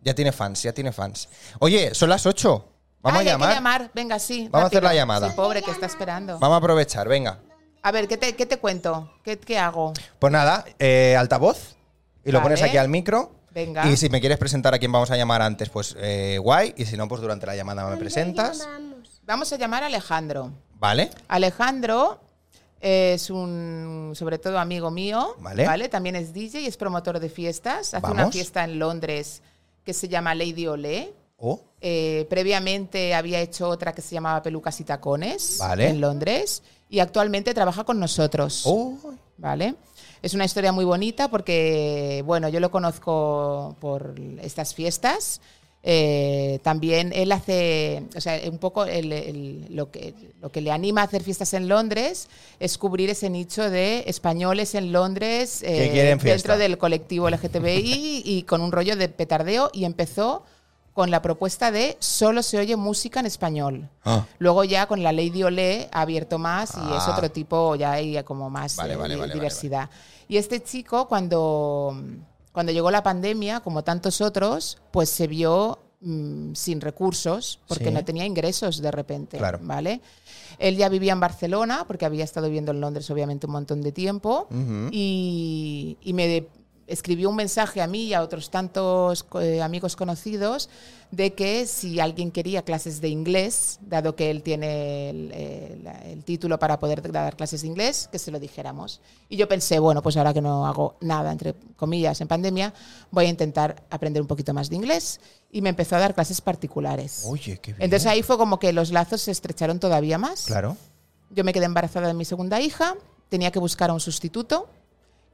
Ya tiene fans, ya tiene fans. Oye, son las 8. Vamos a
Ay, hay que
llamar.
llamar. Venga, sí.
Vamos a hacer
rápido.
la llamada.
Sí, pobre, que está esperando.
Vamos a aprovechar, venga.
A ver, ¿qué te, qué te cuento? ¿Qué, qué hago?
Pues nada, eh, altavoz. Y lo
Vale.
pones aquí al micro.
Venga.
Y si me quieres presentar a quién vamos a llamar antes, pues eh, guay. Y si no, pues durante la llamada me presentas.
Vamos a llamar a Alejandro.
Vale.
Alejandro es un, sobre todo, amigo mío.
Vale.
También es DJ y es promotor de fiestas. Hace una
Vamos.
fiesta en Londres que se llama Lady Olé.
Oh,
Eh, previamente había hecho otra que se llamaba Pelucas y Tacones
Vale.
en Londres. Y actualmente trabaja con nosotros.
oh,
¿vale? Es una historia muy bonita porque, bueno, yo lo conozco por estas fiestas. Eh, también él hace, o sea, un poco el- el- lo, que, lo que le anima a hacer fiestas en Londres es cubrir ese nicho de españoles en Londres eh,
quieren fiesta.
dentro del colectivo LGTBI y con un rollo de petardeo y empezó con la propuesta de solo se oye música en español.
Ah.
Luego ya con la Ley de Olé ha abierto más y es
Ah.
otro tipo, ya hay como más
Vale,
eh,
vale,
di-
vale,
diversidad. Y este chico cuando, cuando llegó la pandemia, como tantos otros, pues se vio mm, sin recursos porque
Sí.
no tenía ingresos de repente,
Claro.
¿vale? Él ya vivía en Barcelona porque había estado viviendo en Londres obviamente un montón de tiempo
Ujú.
y, y me de- escribió un mensaje a mí y a otros tantos co- eh, amigos conocidos de que si alguien quería clases de inglés, dado que él tiene el, eh, la- el título para poder dar clases de inglés, que se lo dijéramos. Y yo pensé, bueno, pues ahora que no hago nada, entre comillas, en pandemia, voy a intentar aprender un poquito más de inglés. Y me empezó a dar clases particulares.
Oye, qué bien.
Entonces ahí fue como que los lazos se estrecharon todavía más.
Claro.
Yo me quedé embarazada de mi segunda hija, tenía que buscar a un sustituto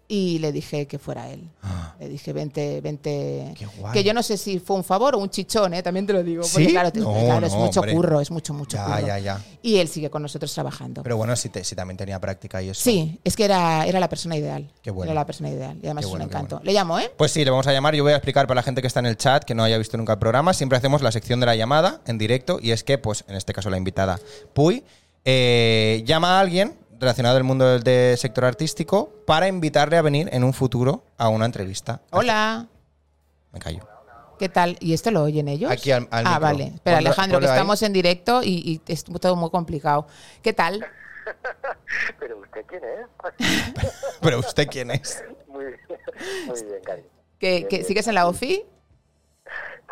y le dije que fuera él.
Ah.
Le dije, vente, vente.
Qué guay.
Que yo no sé si fue un favor o un chichón, ¿eh? también te lo digo.
¿Sí?
Porque claro, te-
No,
claro, es
no,
mucho
hombre.
curro, es mucho, mucho
Ya,
curro.
ya, ya.
Y él sigue con nosotros trabajando.
Pero bueno, si, te- si también tenía práctica y eso.
sí, es que era, era la persona ideal.
Qué bueno.
Era la persona ideal. Y además
Qué bueno,
es
qué
un encanto. Le llamo, ¿eh?
Pues sí, le vamos a llamar. Yo voy a explicar para la gente que está en el chat, que no haya visto nunca el programa. Siempre hacemos la sección de la llamada en directo y es que, pues, en este caso la invitada Puy eh, llama a alguien relacionado al mundo del de sector artístico para invitarle a venir en un futuro a una entrevista.
Hola.
Me callo.
¿Qué tal? ¿Y esto lo oyen ellos?
Aquí al- al
ah,
micro.
vale. Pero
Ponlo-
Alejandro, que
ponlo ahí.
estamos en directo y, y es todo muy complicado. ¿Qué tal?
Pero usted quién es?
Pero usted quién es?
Muy bien, muy bien, cariño.
¿Que, que sigues en la OFI?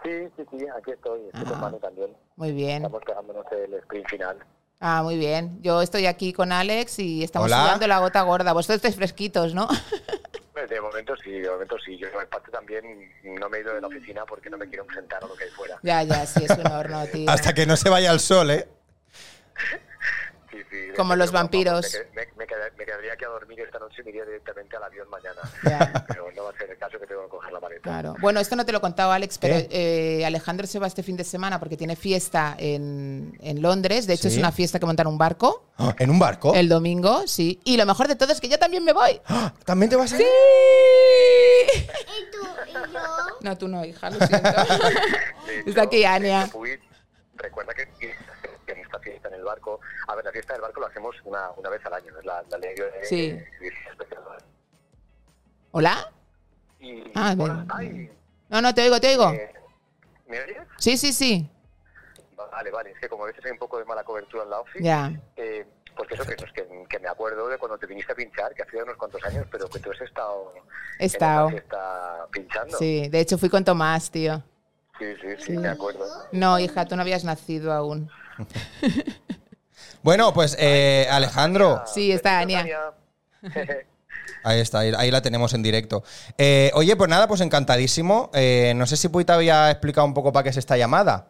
Sí, sí, sí, aquí estoy, estoy
Ah.
con Manu también.
Muy bien.
Estamos cagándonos el sprint final.
Ah, muy bien. Yo estoy aquí con Alex y estamos
Hola.
sudando la gota gorda. Vosotros estáis fresquitos, ¿no?
Pues De momento sí, de momento sí. Yo en parte también no me he ido de la oficina porque no me quiero enfrentar a lo que hay fuera.
ya, ya, sí, es un horno, tío.
Hasta que no se vaya el sol, ¿eh?
Sí, sí,
Como
pero
los
vamos,
vampiros.
Me, qued- me qued- me quedaría aquí a dormir esta noche y me iría directamente al avión mañana.
Ya.
Pero no va a ser el caso que tengo que coger la maleta.
Claro. Bueno, esto no te lo he contado, Alex, pero
¿Qué?
eh, Alejandro se va este fin de semana porque tiene fiesta en, en Londres. De hecho,
Sí.
es una fiesta que montan un barco
Ah, ¿En un barco?
el domingo, sí. Y lo mejor de todo es que yo también me voy.
Ah, ¿También te vas a ir?
¿Y tú? ¿Y yo?
No, tú no, hija, lo siento. Está aquí Ania.
Puy, recuerda que que en esta fiesta en el del barco. A ver, la fiesta del barco la hacemos una, una vez al año, es la, la ley de-
Sí.
de- especial.
¿Hola?
Y,
Ah,
bueno,
bien. Ah.
ay,
No, no, te oigo, te oigo.
eh, ¿Me oyes?
Sí, sí, sí.
Vale, vale, es que como a veces hay un poco de mala cobertura en la oficina.
Ya.
Eh, pues eso que, pues que, que me acuerdo de cuando te viniste a pinchar, que hace ya unos cuantos años, pero que tú has estado,
He estado.
está pinchando.
Sí, de hecho fui con Tomás, tío.
sí, sí, sí,
Sí.
me acuerdo.
No, hija, tú no habías nacido aún.
Bueno, pues eh, Alejandro,
Sí, está
Ah, Ania.
Ania.
ahí está, ahí, ahí la tenemos en directo. Eh, oye, pues nada, pues encantadísimo. Eh, no sé si Puy te había explicado un poco para qué es esta llamada.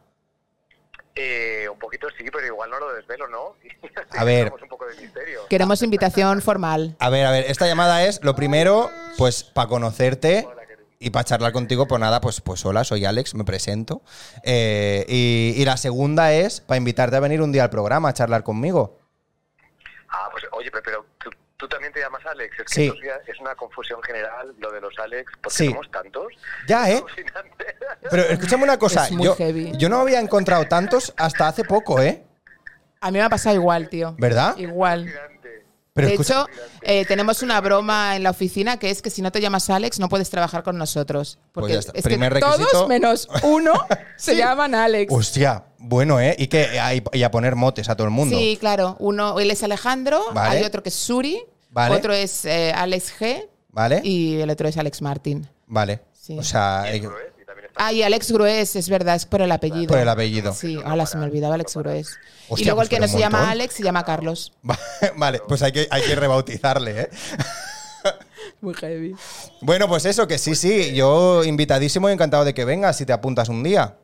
Eh, un poquito sí, pero igual no lo desvelo, ¿no?
A ver.
Tenemos un poco de misterio.
Queremos invitación formal.
A ver, a ver, esta llamada es lo primero, pues para conocerte.
Hola, querido.
Y para charlar contigo, pues nada, pues, pues hola, soy Alex, me presento. Eh, y, y la segunda es para invitarte a venir un día al programa a charlar conmigo.
Ah, pues oye, pero, pero ¿tú, tú también te llamas Alex. Es que
Sí.
esto ya es una confusión general lo de los Alex, porque
Sí.
somos tantos.
Ya, ¿eh?
Alucinante.
Pero escúchame una cosa,
Es muy
yo,
heavy.
yo no había encontrado tantos hasta hace poco, ¿eh?
A mí me ha pasado igual, tío.
¿Verdad?
Igual.
Alucinante.
Pero
de
escucha-
hecho, eh, tenemos una broma en la oficina que es que si no te llamas Alex no puedes trabajar con nosotros.
Pues
Porque
ya está.
es
Primer
que
requisito.
todos menos uno se llaman Alex.
Hostia, bueno, ¿eh? Y, que, a- y a poner motes a todo el mundo.
Sí, claro. Uno, él es Alejandro,
Vale.
hay otro que es Suri,
Vale.
otro es eh, Alex G
¿Vale?
y el otro es Alex Martín.
vale.
Sí.
O sea, eh,
Y eso, ¿eh? Y también está-
Ah, y Alex Grues, es verdad, es por el apellido.
por el apellido.
Sí, hola, se me olvidaba Alex Grues.
Hostia,
y luego
pues
el que
pero
no
un
se llama
montón.
Alex se llama Carlos.
Va- Vale, pues hay que, hay que rebautizarle, ¿eh?
Muy heavy.
Bueno, pues eso, que sí, sí, yo invitadísimo y encantado de que vengas si te apuntas un día.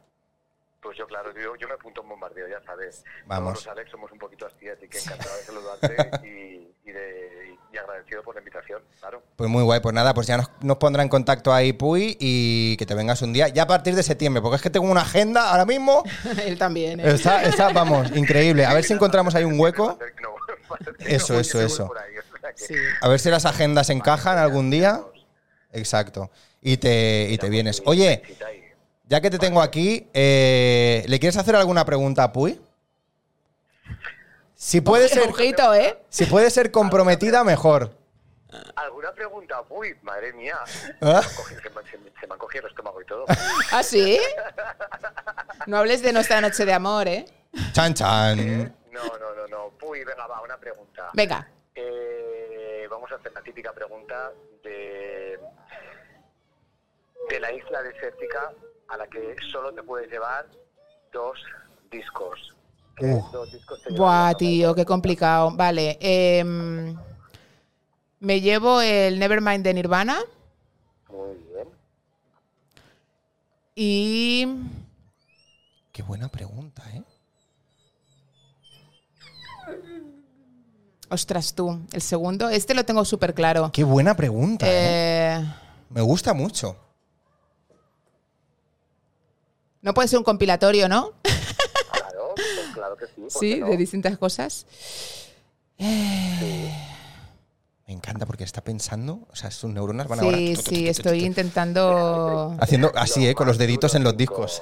Pues yo, claro, yo, yo me apunto a un bombardeo, ya sabes.
Vamos.
Todos los Alex somos un poquito así, así que encantado de saludarte y, y, de, y agradecido por la invitación, claro.
Pues muy guay, pues nada, pues ya nos, nos pondrá en contacto ahí Puy y que te vengas un día, ya a partir de septiembre, porque es que tengo una agenda ahora mismo.
Él también. ¿eh?
Está, está, vamos, increíble. A ver si encontramos ahí un hueco.
No,
Eso,
voy
eso,
seguro
eso.
por ahí, o sea que-
Sí.
A ver si las agendas encajan algún día. Exacto. Y te, y te vienes. Oye,
Cita y-
ya que te tengo aquí, eh, ¿le quieres hacer alguna pregunta a Puy? Si puede ser,
Ojito, ¿eh?
si puede ser comprometida, mejor.
¿Alguna pregunta? Uy, madre mía.
¿Ah?
Coge- Se, me- se me- se me han cogido el estómago y todo.
¿Ah, sí? No hables de nuestra noche de amor, ¿eh?
Chan, chan.
No, no, no, no. Uy, venga, va, una pregunta.
Venga.
Eh, vamos a hacer la típica pregunta de, de la isla desértica a la que solo te puedes llevar dos discos. ¿Qué
Uh.
dos discos te
Buah,
llevarías?
tío, qué complicado. Vale. em, me llevo el Nevermind de Nirvana
Muy bien.
y.
Qué buena pregunta, ¿eh?
Ostras, tú, el segundo. Este lo tengo súper claro.
Qué buena pregunta, ¿eh?
Eh,
Me gusta mucho.
no puede ser un compilatorio, ¿no?
Claro, pues claro que sí. ¿por qué
Sí,
no?
de distintas cosas.
Me encanta porque está pensando, o sea, sus neuronas van ahora.
Sí, sí, estoy intentando.
Haciendo así, ¿eh? Con los deditos en los discos.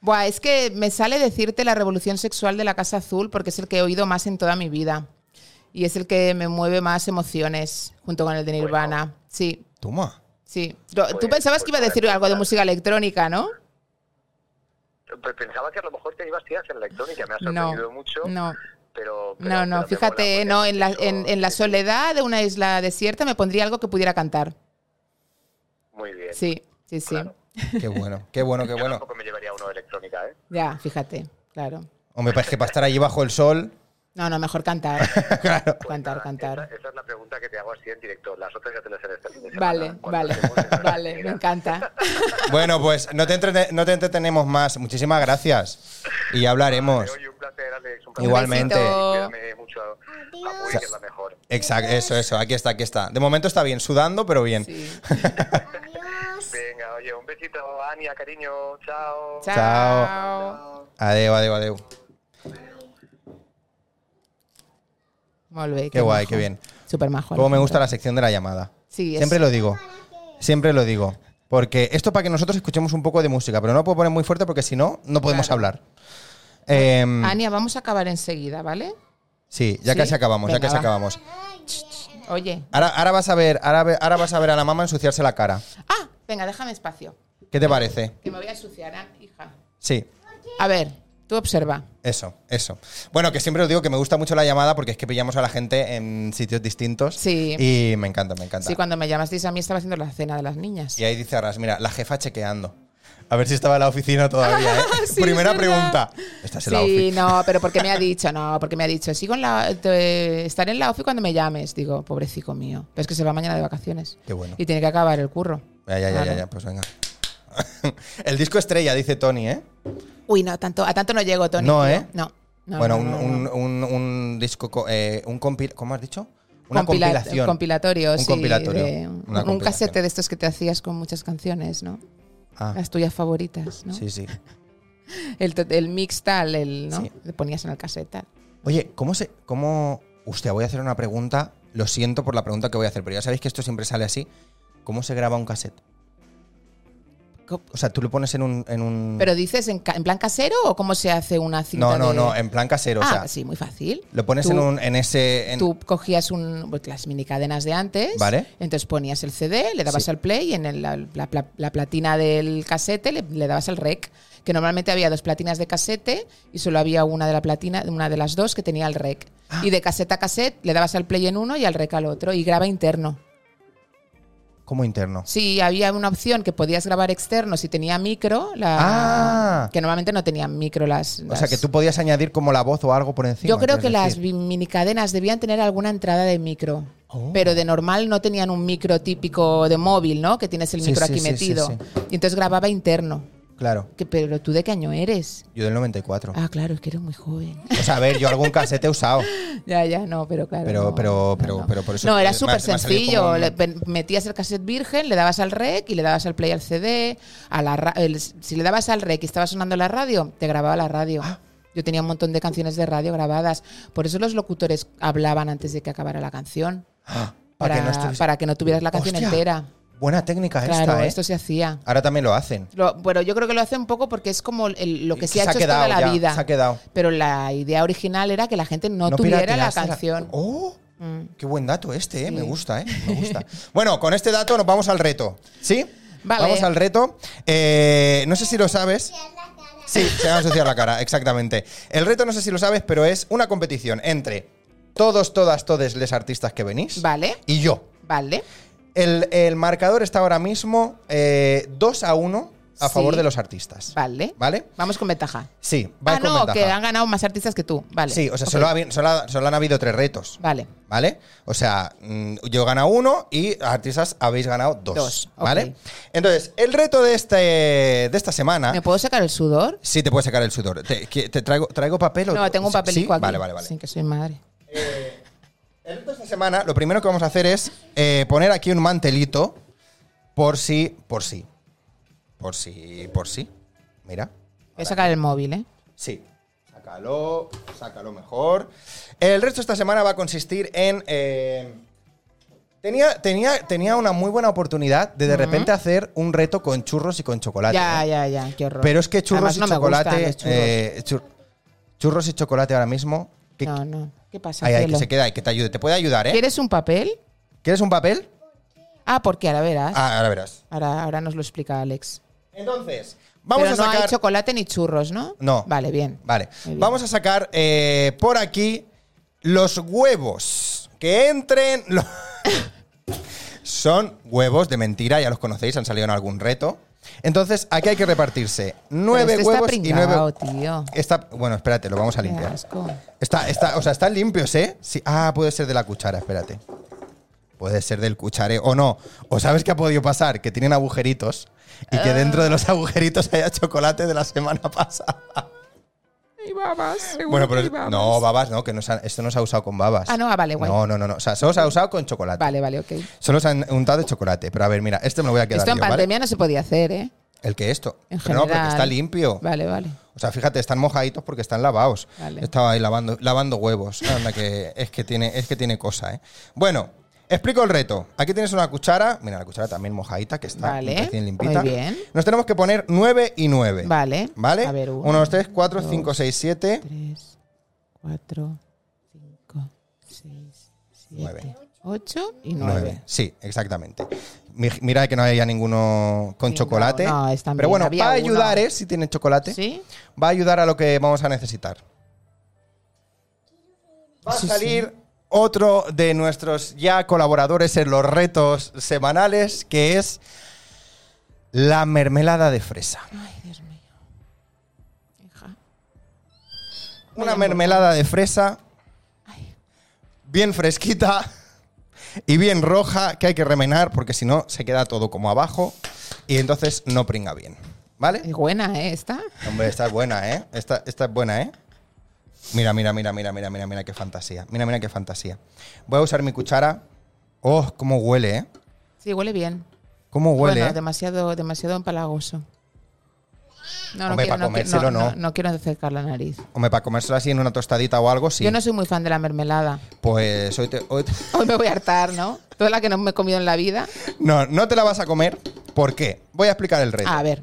Buah, es que me sale decirte la revolución sexual de la Casa Azul porque es el que he oído más en toda mi vida. Y es el que me mueve más emociones, junto con el de Nirvana. Sí,
Toma.
sí. Lo- Tú
Pues-
pensabas que iba
pues
a decir
nada,
algo de
nada.
música electrónica, ¿no?
Pues Pensaba que a lo mejor te ibas tiras en la electrónica, me ha sorprendido pues, mucho.
No,
Pero, pero-
no,
pero
no.
me
Fíjate, eh,
mola
no,
porque
en la,
eso-
en, en la
sí,
soledad de una isla desierta me pondría algo que pudiera cantar.
Muy bien.
Sí, sí, sí.
Claro.
Qué bueno, qué bueno, qué
Yo
bueno.
tampoco me llevaría uno de electrónica, ¿eh?
Ya, fíjate, claro.
Hombre, es que para estar allí bajo el sol.
No, no, mejor cantar.
Claro.
Pues
Cantar,
nada,
cantar.
Esa, esa es la pregunta que te hago así en directo. Las otras ya te las haré este fin de semana.
Vale,
Cuando
vale,
estemos en la
vale, me
mira.
encanta.
Bueno, pues no te, entrete- no te entretenemos más. Muchísimas gracias. Y ya hablaremos.
Oye, un placer, Alex. Un placer.
Igualmente.
besito.
Cuídame mucho a Puy, que es la mejor.
Exacto, eso, eso. Aquí está, aquí está. De momento está bien, sudando, pero bien.
Sí.
Adiós.
Venga, oye, un besito, Ania, cariño. Chao.
Chao.
Adeu, adeu, adeu.
Molt bé,
Qué guay,
majo.
qué bien.
Súper majo.
Como me
Alejandro.
gusta la sección de la llamada.
Sí, es-
Siempre lo digo. Siempre lo digo. Porque esto para que nosotros escuchemos un poco de música, pero no puedo poner muy fuerte porque si no, no podemos
Claro.
hablar. Em,
Ania, vamos a acabar enseguida, ¿vale?
sí, ya
¿sí?
casi acabamos, ya
Venga,
casi
va.
acabamos.
Oye.
Ahora, ahora vas a ver, ahora, ve- ahora vas a ver a la mamá ensuciarse la cara.
Ah, venga, déjame espacio.
¿Qué te parece?
Que me voy a ensuciar, ah, hija.
Sí,
A ver, tú observa.
eso, eso. Bueno, que siempre os digo que me gusta mucho la llamada porque es que pillamos a la gente en sitios distintos.
Sí.
Y me encanta, me encanta.
Sí, cuando me llamasteis a mí estaba haciendo la cena de las niñas.
Y ahí dice Arras, mira, la jefa chequeando. A ver si estaba en la oficina todavía, ¿eh?
Sí,
Primera
es verdad.
pregunta. ¿Estás en la
Sí,
oficina?
no, pero porque me ha dicho, no, porque me ha dicho, sigo en la, te- estaré en la OFI cuando me llames. Digo, pobrecico mío. Pero es que se va mañana de vacaciones.
Qué bueno.
Y tiene que acabar el curro.
Ya, ya, ya, ya,
Claro.
ya, pues venga. El disco estrella, dice Tony, ¿eh?
Uy, no, tanto, a tanto no llego, Tony.
No,
tío.
¿eh?
No. no,
bueno,
no,
un,
no, no.
un- un- un disco, co- eh, un compil, ¿cómo has dicho? Una
Compila-
compilación.
Compilatorio,
Un
sí,
compilatorio,
de-
una
un- un
compilación.
casete de estos que te hacías con muchas canciones, ¿no?
Ah,
Las tuyas favoritas, ¿no?
sí, sí.
El, to- el mix tal, el, ¿no?
Sí.
Le ponías en el cassette tal.
Oye, ¿cómo se.? ¿Cómo.? Hostia, voy a hacer una pregunta. Lo siento por la pregunta que voy a hacer, pero ya sabéis que esto siempre sale así. ¿Cómo se graba un cassette?
Co-
O sea, tú lo pones en un. En un...
¿Pero dices en, ca- en plan casero o cómo se hace una cinta
no, no,
de-
no, en plan casero.
ah,
o sea,
sí, muy fácil.
lo pones
Tú-
en, un, en ese. en-
Tú cogías un, pues, las minicadenas de antes,
Vale.
entonces ponías el CD, le dabas
Sí.
al play y en el- la, la- la- la platina del casete le, le dabas al rec. Que normalmente había dos platinas de casete y solo había una de la platina, una de las dos que tenía el rec.
Ah.
Y de caseta a cassette le dabas al play en uno y al rec al otro y graba interno.
Como interno.
Sí, había una opción que podías grabar externo si tenía micro, la,
Ah.
que normalmente no tenían micro las,
O sea,
las-
que tú podías añadir como la voz o algo por encima.
Yo creo
quieres
que las
decir.
bi- minicadenas debían tener alguna entrada de micro.
Oh.
Pero de normal no tenían un micro típico de móvil, ¿no? Que tienes el
Sí,
micro
sí,
aquí
sí, sí,
metido. Y entonces grababa interno.
Claro,
Que, pero tú de qué año eres?
yo del 94.
Ah, claro, es que eres muy joven.
O sea, a ver, yo algún casete he usado.
ya, ya, no, pero claro.
Pero-
no,
pero-
no,
pero-
no.
pero por eso
No,
te-
era
me ha-
súper
me ha salido
sencillo.
como un-
Le- pen- Metías el cassette virgen, le dabas al rec y le dabas al play al CD. A la ra- el- si le dabas al rec y estaba sonando la radio, te grababa la radio.
Ah.
Yo tenía un montón de canciones de radio grabadas. Por eso los locutores hablaban antes de que acabara la canción.
Ah, Para
Para,
que no estuviese-
para que no tuvieras la canción
Hostia,
entera.
Buena técnica
claro,
esta, ¿eh?
esto se hacía.
Ahora también lo hacen.
Lo- bueno, yo creo que lo hace un poco porque es como el- lo que se, ha hecho
quedado
toda la
ya,
vida.
Se ha quedado.
Pero la idea original era que la gente no,
No
tuviera la
piratearse
canción.
¡Oh!
Mm.
Qué buen dato este, ¿eh? me
Sí.
gusta, ¿eh? me gusta. bueno, con este dato nos vamos al reto, ¿sí?
Vale.
Vamos al reto. Eh, no sé si lo sabes. Sí, se va a ensuciar la cara, exactamente. El reto no sé si lo sabes, pero es una competición entre todos, todas, todes los artistas que venís
Vale,
y yo.
vale.
El, el marcador está ahora mismo 2 a 1 a
Sí.
favor de los artistas.
Vale.
¿Vale?
Vamos con ventaja.
Sí, va
Ah,
con
no,
ventaja.
que han ganado más artistas que tú. Vale.
Sí, o sea,
Ok.
solo, habi- solo ha- solo han habido tres retos.
Vale.
¿Vale? O sea, mm, yo he ganado uno y artistas habéis ganado dos.
Dos, ok.
¿Vale? Entonces, el reto de, este, de esta semana.
¿Me puedo sacar el sudor?
Ah. Sí, te puede sacar el sudor. ¿Te, que- te traigo, traigo papel o
No, tengo un
sí,
papelico
sí,
aquí.
Vale, vale, vale.
Sí, que soy madre.
El reto de esta semana, lo primero que vamos a hacer es eh, poner aquí un mantelito por si, por si. Por si, por si. Mira.
Voy a sacar el móvil, ¿eh?
Sí. Sácalo, sácalo mejor. El resto de esta semana va a consistir en. eh, tenía, tenía, tenía una muy buena oportunidad de de repente hacer un reto con churros y con chocolate.
Ya,
¿eh?
ya, ya. Qué horror.
Pero es que churros
Además,
y
no me gustan
chocolate.
los churros.
eh, chur- churros y chocolate ahora mismo. que-
no, no. ¿Qué pasa?
Ay, ay, que
cielo?
se queda, ay, que te ayude. Te puede ayudar, ¿eh?
¿Quieres un papel?
¿Quieres un papel?
Ah, porque ahora verás.
Ah, ahora verás.
Ahora, ahora nos lo explica Alex.
Entonces, vamos
Pero
a sacar.
no hay chocolate ni churros, ¿no?
No.
Vale, bien.
Vale.
Muy bien.
Vamos a sacar eh, por aquí los huevos. Que entren. lo- Son huevos de mentira, ya los conocéis, han salido en algún reto. Entonces, aquí hay que repartirse nueve
Pero este
huevos
está
y nueve.
pringao, tío.
Está, bueno, espérate, lo vamos a
Qué
limpiar.
asco.
Está, está, o sea, están limpios, ¿eh? Sí. Ah, puede ser de la cuchara, espérate. Puede ser del cuchareo o no. O sabes qué ha podido pasar, que tienen agujeritos y
Ah.
que dentro de los agujeritos haya chocolate de la semana pasada.
Y babas, seguro
Bueno,
que hay
pero
babas.
no, babas no, que no se ha- esto no se ha usado con babas.
Ah, no, ah, vale, guay.
No, no, no, no. O sea, solo se ha usado con chocolate.
Vale, vale, ok.
Solo se han untado de chocolate. Pero a ver, mira, este me lo voy a quedar
Esto en
yo, ¿vale?
pandemia no se podía hacer, ¿eh?
El que esto.
En
Pero no, porque
general.
está limpio.
Vale, vale.
O sea, fíjate, están mojaditos porque están lavados.
Vale.
Ah, Estaba ahí lavando, lavando huevos. Anda, que es que tiene, es que tiene cosa, ¿eh? Bueno, Explico el reto. Aquí tienes una cuchara. Mira, la cuchara también mojadita, que está
Vale,
recién limpita.
muy bien.
Nos tenemos que poner 9 y 9.
Vale.
¿Vale?
A ver, uno,
1, 2, 3, 4,
dos,
5, 6, 7.
3, 4, 5, 6, 7,
Nueve.
8 y
9.
9.
Sí, exactamente. Mi- Mira que no haya ninguno con
Sí, no,
chocolate.
no, están
Pero
bien,
bueno,
había
va a ayudar,
uno.
¿eh? Si tienen chocolate.
¿Sí?
Va a ayudar a lo que vamos a necesitar. Va a
Sí,
salir otro de nuestros ya colaboradores en los retos semanales, que es la mermelada de fresa.
Ay, Dios mío. Hija.
Una mermelada de fresa
Ay,
bien fresquita y bien roja que hay que remenar porque si no se queda todo como abajo y entonces no pringa bien. ¿Vale?
es buena, ¿eh? Esta.
Hombre, esta es buena, ¿eh? Esta, esta es buena, ¿eh? Mira, mira, mira, mira, mira, mira, mira qué fantasía. Mira, mira qué fantasía. Voy a usar mi cuchara. Oh, cómo huele, ¿eh?
Sí, huele bien.
Cómo huele.
Bueno,
¿eh?
demasiado, demasiado empalagoso.
Hombre,
No, no,
para
quiero, no, qui-
comérselo,
no,
no.
no quiero acercar la nariz.
Hombre, para comérselo así en una tostadita o algo, sí.
Yo no soy muy fan de la mermelada.
Pues hoy te- hoy te-
Hoy me voy a hartar, ¿no? Toda la que no me he comido en la vida.
No, no te la vas a comer. ¿Por qué? Voy a explicar el reto.
A ver,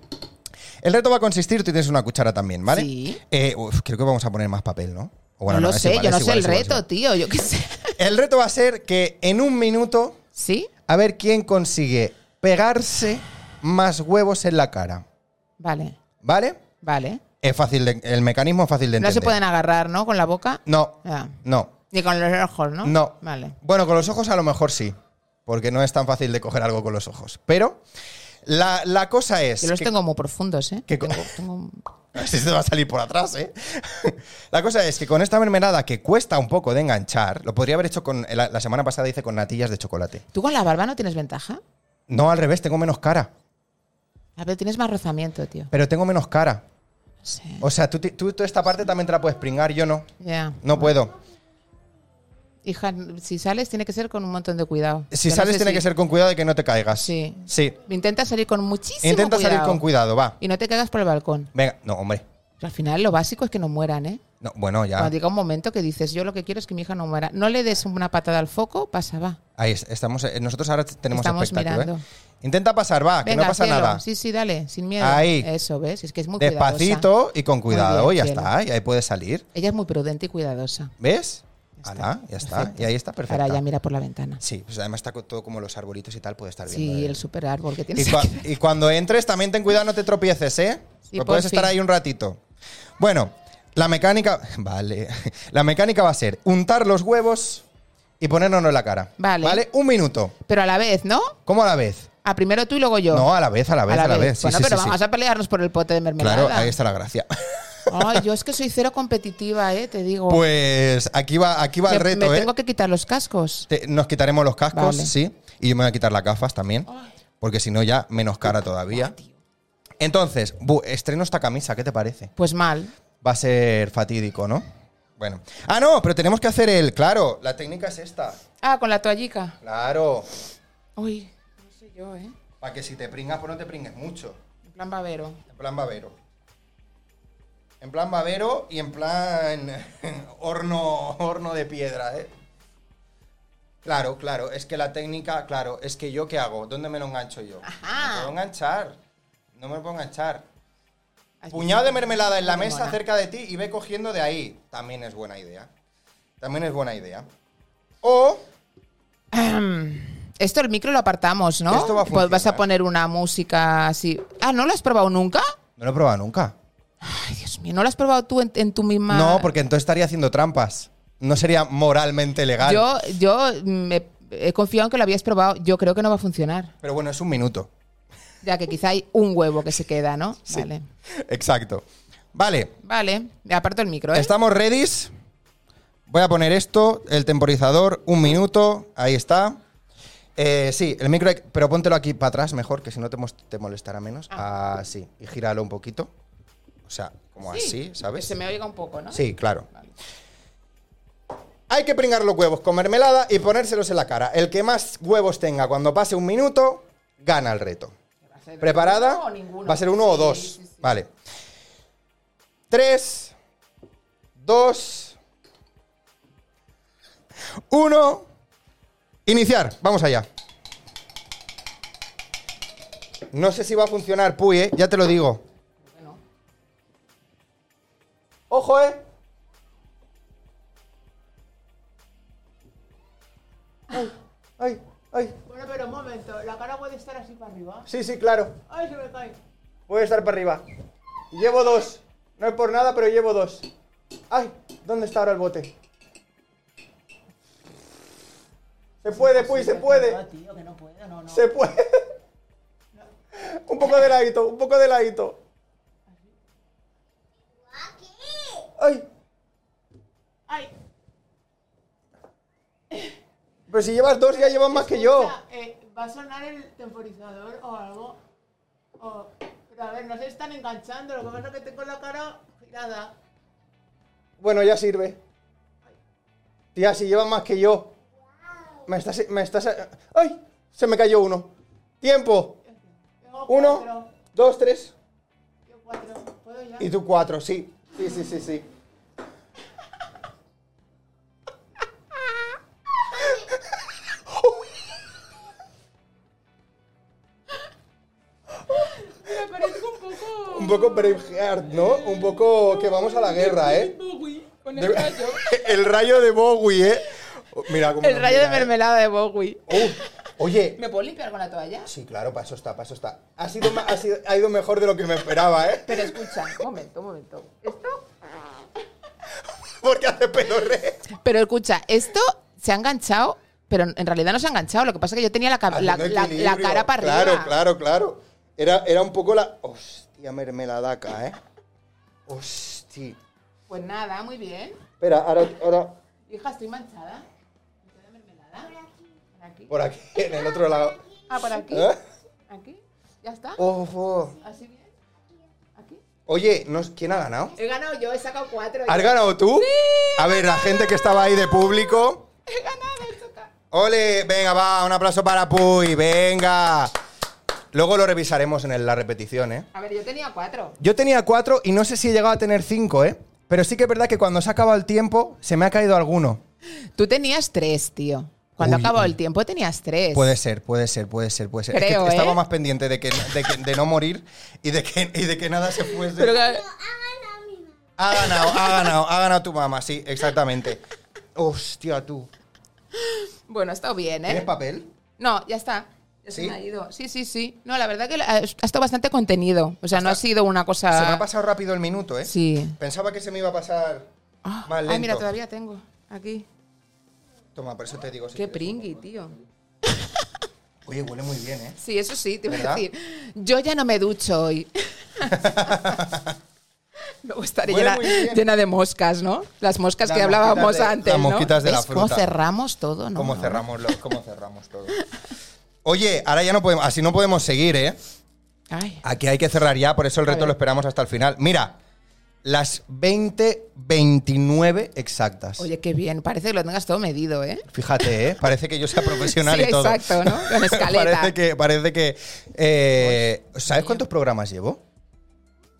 El reto va a consistir, tú tienes una cuchara también, ¿vale?
Sí.
Eh, uf, creo que vamos a poner más papel, ¿no? O bueno,
no lo
es
sé,
igual,
yo no
es
sé
igual,
el
es igual, es
reto,
igual.
tío, yo qué sé.
El reto va a ser que en un minuto,
¿Sí?
a ver quién consigue pegarse más huevos en la cara,
Vale,
¿vale?
vale.
Es fácil, de- el mecanismo es fácil de
No
entender.
se pueden agarrar, ¿no? Con la boca.
No,
Ah.
no,
Ni con los ojos, ¿no?
no.
Vale.
Bueno, con los ojos a lo mejor sí, porque no es tan fácil de coger algo con los ojos. Pero la, la cosa es...
Yo los
que-
tengo muy profundos, ¿eh?
que co-
tengo, tengo-
Así se va a salir por atrás, ¿eh? La cosa es que con esta mermelada que cuesta un poco de enganchar, lo podría haber hecho con. eh, La, la semana pasada hice con natillas de chocolate.
¿Tú con la barba no tienes ventaja?
No, al revés, tengo menos cara.
A ver, tienes más rozamiento, tío.
Pero tengo menos cara.
No sé.
O sea, tú, ti- tú, tú esta parte también te la puedes pringar, yo no.
Ya.
No puedo.
Hija, si sales tiene que ser con un montón de cuidado.
Si
Yo no
sales,
sé
tiene
si-
que ser con cuidado de que no te caigas.
Sí.
Sí.
Intenta salir con muchísimo
Intenta
cuidado.
salir con cuidado, va.
Y no te cagas por el balcón.
Venga, no, hombre.
Pero al final lo básico es que no mueran, ¿eh?
No, bueno, ya.
Cuando llega un momento que dices, yo lo que quiero es que mi hija no muera. No le des una patada al foco, pasa, va.
Ahí es- estamos. eh, Nosotros ahora t- tenemos
Estamos
espectáculo, ¿eh?
mirando.
Intenta pasar, va, que no pasa
cielo.
nada.
Sí, sí, dale, sin miedo.
Ahí.
Eso, ¿ves? Es que es muy
Despacito
cuidadosa.
y con cuidado,
Muy bien,
y ya
cielo.
está, y ahí puedes salir.
Ella es muy prudente y cuidadosa.
¿Ves?
Ya
Ala,
está,
ya está.
perfecto.
Y ahí está perfecta.
Ahora ya mira por la ventana.
Sí, pues además está co- todo como los arbolitos y tal, puede estar viendo.
Sí,
ahí.
el super árbol que
y,
tienes
cua-
aquí.
y cuando entres, también ten cuidado, no te tropieces, ¿eh?
Sí,
Pues puedes
por
estar
fin.
ahí un ratito. Bueno, la mecánica. Vale. La mecánica va a ser untar los huevos y ponernos en la cara.
Vale.
¿Vale? Un minuto.
Pero a la vez, ¿no?
¿Cómo a la vez?
A primero tú y luego yo.
No, a la vez, a la vez, a la, vez. Sí,
bueno,
sí,
pero
sí, sí.
vamos a pelearnos por el pote de mermelada.
Claro, ahí está la gracia.
Ay, yo es que soy cero competitiva, eh, te digo.
Pues aquí va, aquí va
me,
el reto,
me
¿eh?
tengo que quitar los cascos.
Te- nos quitaremos los cascos,
Vale.
sí. Y yo me voy a quitar las gafas también. Porque si no, ya menos cara todavía. Entonces, bu, estreno esta camisa, ¿qué te parece?
Pues mal.
Va a ser fatídico, ¿no? Bueno. Ah, no, pero tenemos que hacer el. Claro, la técnica es esta.
Ah, con la toallica.
Claro.
Uy, no sé yo, eh.
Para que si te pringas, pues no te pringues mucho.
En plan babero.
En plan babero. En plan babero y en plan horno, horno de piedra, ¿eh? Claro, claro, es que la técnica, claro, es que yo qué hago, ¿dónde me lo engancho yo?
Ajá.
Me puedo enganchar, no me lo puedo enganchar. Puñado de mermelada en la
Qué
mesa
mona.
cerca de ti y ve cogiendo de ahí. También es buena idea. También es buena idea. O
Esto el micro lo apartamos, ¿no?
Esto va a
Pues Vas
funcionar.
a poner una música así. Ah, ¿no lo has probado nunca?
no lo he probado nunca.
Ay, Dios mío, ¿no lo has probado tú en, en tu misma...?
No, porque entonces estaría haciendo trampas. No sería moralmente legal.
Yo, yo mm, me he confiado en que lo habías probado. Yo creo que no va a funcionar.
Pero bueno, es un minuto.
Ya que quizá hay un huevo que se queda, ¿no? Vale.
Exacto. Vale,
Vale, me aparto el micro, ¿eh?
estamos ready. Voy a poner esto, el temporizador, un minuto, ahí está. Eh, sí, el micro, hay que- pero póntelo aquí para atrás mejor, que si no te, mos- te molestará menos.
Ah.
Así, y gíralo un poquito. O sea, como así,
Que
¿sabes?
se me oiga un poco, ¿no?
Sí, claro. Hay que pringar los huevos con mermelada y ponérselos en la cara. El que más huevos tenga cuando pase un minuto, gana el reto. ¿Preparada?
uno o ninguno.
Va a ser uno o
Sí,
dos.
sí, sí.
Vale. Tres, dos, uno. Iniciar, vamos allá. No sé si va a funcionar, Puy, ¿eh? ya te lo digo. Ojo, eh. Ay, ay, ay.
Bueno, pero un momento, la cara puede estar así para arriba.
Sí, sí, claro.
Ay, se me cae.
Puede estar para arriba. Llevo dos. No es por nada, pero llevo dos. Ay, ¿dónde está ahora el bote? Se puede, Puy, se puede.
tío, que no puedo, no, no.
Se puede. Un poco de ladito, un poco de ladito. Ay,
Ay,
pero si llevas dos ya llevas más que yo.
escucha, eh, ¿Va a sonar el temporizador o algo? O- pero a ver, no se están enganchando, lo que pasa es que tengo la cara girada.
Bueno, ya sirve. Tía, si llevas más que yo. Me estás. Me estás. ¡Ay! Se me cayó uno. Tiempo.
Tengo
Uno,
cuatro,
dos, tres.
yo cuatro. ¿Puedo ya?
Y tú cuatro, sí. Sí, sí, sí, sí.
Me parezco un poco...
Un poco Braveheart, ¿no? Un poco que vamos a la guerra, ¿eh?
Bowie, con
De- el rayo de Bowie, ¿eh? Mira cómo
El
nos
rayo de
mira, ¿eh?
mermelada de Bowie.
Uh, oye,
¿Me puedo limpiar con la toalla?
Sí, claro, paso está, paso está. Ha, sido, ma- ha, sido- ha ido mejor de lo que me esperaba, ¿eh?
Pero escucha, un momento, un momento.
Porque hace pedorre.
Pero escucha, esto se ha enganchado, pero en realidad no se ha enganchado. Lo que pasa es que yo tenía la, cab- la,
Haciendo
la- la
equilibrio.
cara para arriba.
Claro, claro, claro. Era, era un poco la. Hostia, mermeladaca, ¿eh? Hostia.
Pues nada, muy bien.
Espera, ahora, ahora.
Hija, estoy manchada. ¿Me queda mermelada? ¿Por aquí?
Por aquí, en el otro lado.
Ah, por aquí.
¿Eh?
¿Aquí? ¿Ya está?
Ojo.
¿Así bien? ¿Aquí?
Oye, ¿no, ¿quién ha ganado?
He ganado yo, he sacado cuatro.
¿Has ganado tú? A ver, la gente que estaba ahí de público.
He ganado, he sacado.
¡Ole! Venga, va, un aplauso para Puy, venga. Luego lo revisaremos en el- la repetición, ¿eh?
A ver, yo tenía cuatro.
Yo tenía cuatro y no sé si he llegado a tener cinco, ¿eh? Pero sí que es verdad que cuando se ha acabado el tiempo, se me ha caído alguno.
Tú tenías tres, tío. Cuando
Uy,
acabó
uy.
el tiempo tenías tres.
Puede ser, puede ser, puede ser, puede ser. Es que
Creo, ¿eh?
Estaba más pendiente de, que, de, que- de no morir y de que, y de que nada se fuese.
Pero que-
Ha ganado, ha ganado, ha ganado tu mamá, sí, exactamente. Hostia, tú.
¿Eh? Bueno, ha estado bien,
¿Tienes
¿eh?
papel?
No, ya está. Ya se
¿Sí?
me ha ido. Sí, sí, sí. No, la verdad que la- ha estado bastante contenido. O sea, no ha sido una cosa.
Se me ha pasado rápido el minuto, ¿eh?
Ah. Sí.
Pensaba que se me iba a pasar
Ah,
más lento.
ay, mira, todavía tengo. Aquí.
Toma, por eso te digo. si
Qué
quieres.
pringui, tío.
Oye, huele muy bien, ¿eh?
Sí, eso sí, te voy a
¿Verdad?
decir. Yo ya no me ducho hoy. Luego estaré
Huele
llena,
muy bien.
llena de moscas, ¿no? Las moscas
Las
que
mosquitas
hablábamos
de-
antes.
las
¿no?
mosquitas de la
¿Ves cómo
fruta.
cerramos todo, ¿no?
cómo
no,
cerramos lo- cómo cerramos todo. Oye, ahora ya no podemos, así no podemos seguir, ¿eh?
no. Ay,
Aquí hay que cerrar ya, por eso el
A
reto
ver.
lo esperamos hasta el final. Mira, las 20.29 exactas.
oye, qué bien. Parece que lo tengas todo medido, ¿eh?
Fíjate, ¿eh? Parece que yo sea profesional
Sí,
y todo.
exacto, ¿no? Con escaleta.
parece que, parece que eh, ¿Sabes cuántos programas llevo?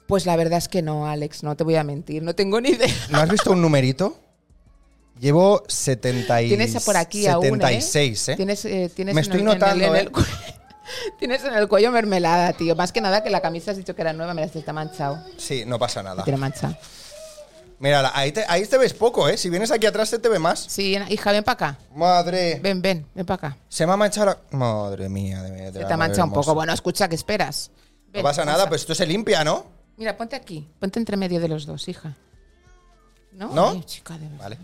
Pues la verdad es que no, Alex, no te voy a mentir. No tengo ni idea.
¿No has visto un numerito? Llevo 70 y
Tienes por aquí aún, ¿eh?
76, ¿eh?
Tienes, eh, tienes
Me
en
estoy
el- en el-
notando,
en el
¿eh?
cu- tienes en el cuello mermelada, tío. Más que nada que la camisa has dicho que era nueva, mira, se está manchado.
Sí, no pasa nada.
Tiene mancha.
Mira, ahí te, ahí te ves poco, ¿eh? Si vienes aquí atrás se te ve más.
Sí, hija, ven para acá.
Madre.
Ven, ven, ven para acá.
Se me ha manchado la... Madre mía, de, de
Se
la
te ha
madre
manchado un
hermosa.
poco. Bueno, escucha, ¿qué esperas?
no
Ven,
pasa nada,
pasa.
pues esto se limpia, ¿no?
Mira, ponte aquí. Ponte entre medio de los dos, hija. ¿No?
¿No?
Ay, chica, de verdad.
Vale.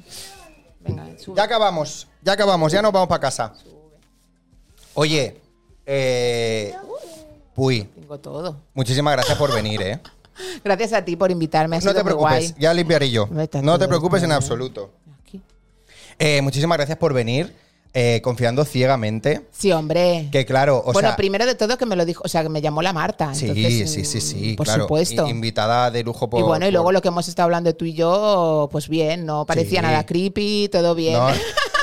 Venga, sube.
Ya acabamos, ya acabamos, ya nos vamos para casa. Oye, eh... Puy,
Tengo todo.
muchísimas gracias por venir, ¿eh?
Gracias a ti por invitarme. Ha
No
sido
te
muy
preocupes,
guay.
ya limpiaré yo.
Vete a
No te
todo,
preocupes en
vale.
absoluto.
Aquí.
Eh, muchísimas gracias por venir, eh, confiando ciegamente.
Sí, hombre.
Que claro, o
bueno,
sea...
primero de todo que me lo dijo, o sea, que me llamó la Marta.
Sí,
entonces,
sí, sí, sí,
mm, Por
claro.
supuesto.
i- Invitada de lujo por...
y bueno, y luego
por-
lo que hemos estado hablando tú y yo, pues bien, no parecía
Sí.
nada creepy, todo bien.
No,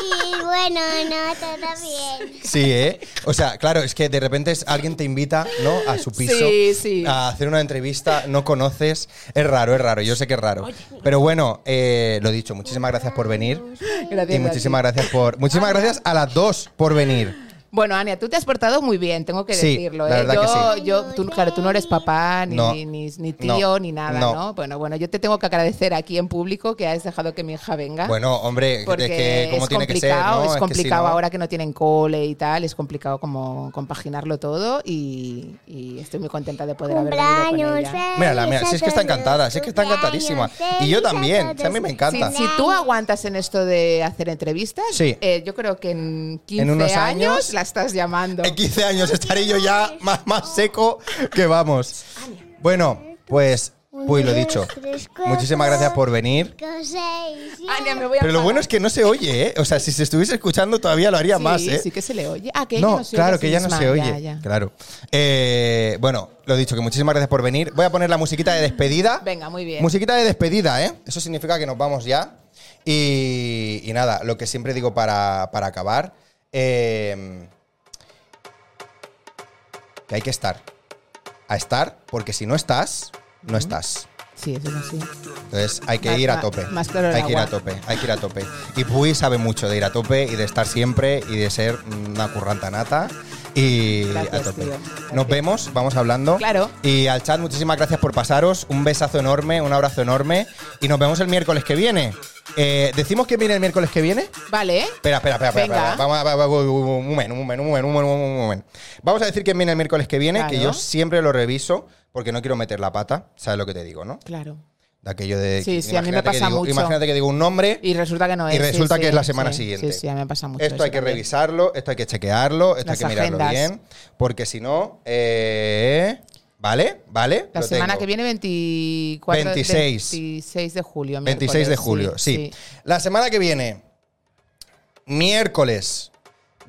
Y bueno, no, todo bien.
Sí, ¿eh? O sea, claro, es que de repente es- alguien te invita, ¿no? A su piso. Ah,
Sí, sí.
A hacer una entrevista, no conoces. Es raro, es raro, yo sé que es raro. Pero bueno, eh, lo dicho, muchísimas gracias por venir.
Gracias
Y
a ti.
muchísimas gracias por. Muchísimas gracias a las dos por venir.
Bueno, Ania, tú te has portado muy bien, tengo que
Sí,
decirlo.
la
¿eh?
verdad que
yo,
sí.
yo, tú, claro, tú no eres papá, ni,
No.
ni, ni- ni tío,
No.
ni nada,
No.
no. Bueno, bueno, yo te tengo que agradecer aquí en público que has dejado que mi hija venga.
Bueno, hombre,
Ah. porque
es que como
es
tiene que ser.
complicado,
¿no?
es
que si
complicado
no-
ahora que no tienen cole y tal, es complicado como compaginarlo todo y, y estoy muy contenta de poder haber venido con
Cumpleaños,
ella.
Mírala, mira, si es que está
feliz a
encantada,
todos,
si es que está
cumpleaños
encantadísima. Y yo
feliz a
también,
todos.
si a mí me
Si,
encanta.
si tú aguantas en esto de hacer entrevistas,
Sí.
eh, yo creo que en 15
unos
años,
años-
la estás llamando.
En 15 años estaré yo ya más, más seco que vamos. Bueno, pues, pues lo dicho. Muchísimas gracias por venir.
Cinco, seis, siete.
Ania, me voy a
Pero lo
apagar.
bueno es que no se oye, ¿eh? O sea, si se estuviese escuchando todavía lo haría
sí,
más, ¿eh?
Sí que se le oye. Ah, que ella
No,
no se
claro,
oye a
que
sí
ya no
misma.
se oye.
Ya, ya.
Claro. Eh, bueno, lo dicho, que muchísimas gracias por venir. Voy a poner la musiquita de despedida.
Venga, muy bien.
Musiquita de despedida, ¿eh? Eso significa que nos vamos ya. Y, y nada, lo que siempre digo para, para acabar, eh, que hay que estar. A estar, porque si no estás, no estás.
Sí, eso es así.
Entonces hay que
Más-
ir a
más-
tope.
más claro el
hay que ir a
agua.
tope, hay que ir a tope. Y Puy sabe mucho de ir a tope y de estar siempre y de ser una curranta nata. Y
Gracias,
a tope.
tío. Gracias.
Nos vemos, vamos hablando.
Claro.
Y al chat, muchísimas gracias por pasaros. Un besazo enorme, un abrazo enorme. Y nos vemos el miércoles que viene. Eh, ¿Decimos que viene el miércoles que viene?
Vale, ¿eh?
Espera, espera, espera, espera,
Venga.
espera. Vamos a- va- va- un momento, un momento, un momento, un momento, un momento. Vamos a decir que viene el miércoles que viene, que
Claro.
yo siempre lo reviso porque no quiero meter la pata. ¿Sabes lo que te digo, no?
Claro.
De aquello de.
Sí,
que-
sí, a mí me
imagínate que
pasa
digo-
mucho.
Imagínate que digo un nombre.
Y resulta que no es.
Y
sí,
resulta
sí,
que es la semana
sí,
siguiente.
Sí, sí, a mí me pasa mucho.
esto
eso
hay que
también.
revisarlo, esto hay que chequearlo, esto
Las
hay que mirarlo
agendas.
bien. Porque si no. eh, ¿Vale? ¿Vale?
La
Lo
semana
tengo.
que viene, 24
26.
26 de julio.
26 de
miércoles,
julio, sí. La semana que viene, miércoles,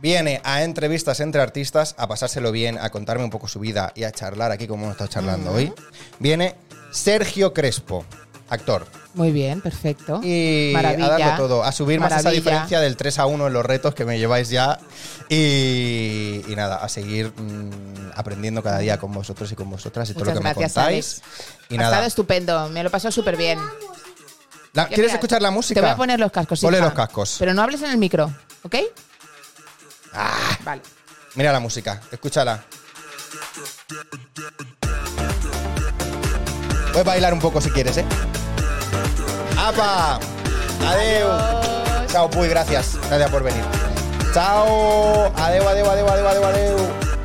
viene a entrevistas entre artistas, a pasárselo bien, a contarme un poco su vida y a charlar aquí como hemos estado charlando hoy. Viene Sergio Crespo, actor.
Muy bien, perfecto.
y
Maravilla.
a darlo todo, a subir más esa
Maravilla.
diferencia del 3 a 1 en los retos que me lleváis ya y, y nada, a seguir mm, aprendiendo cada día con vosotros y con vosotras y todo
Muchas
lo que
gracias,
me contáis. Y
ha estado
nada,
estupendo, me lo pasó súper bien.
La-
Ya,
¿quieres
mira,
escuchar la música?
Te voy a poner los cascos.
Ponle
hija.
los cascos.
Pero no hables en el micro, ¿ok?
Ah.
Vale.
Mira la música, escúchala. Puedes bailar un poco si quieres, ¿eh? ¡Apa! ¡Adeu! Chao, Puy, gracias. Gracias por venir. Chao. Adeu, adeu, adeu, adeu, adeu, adeu.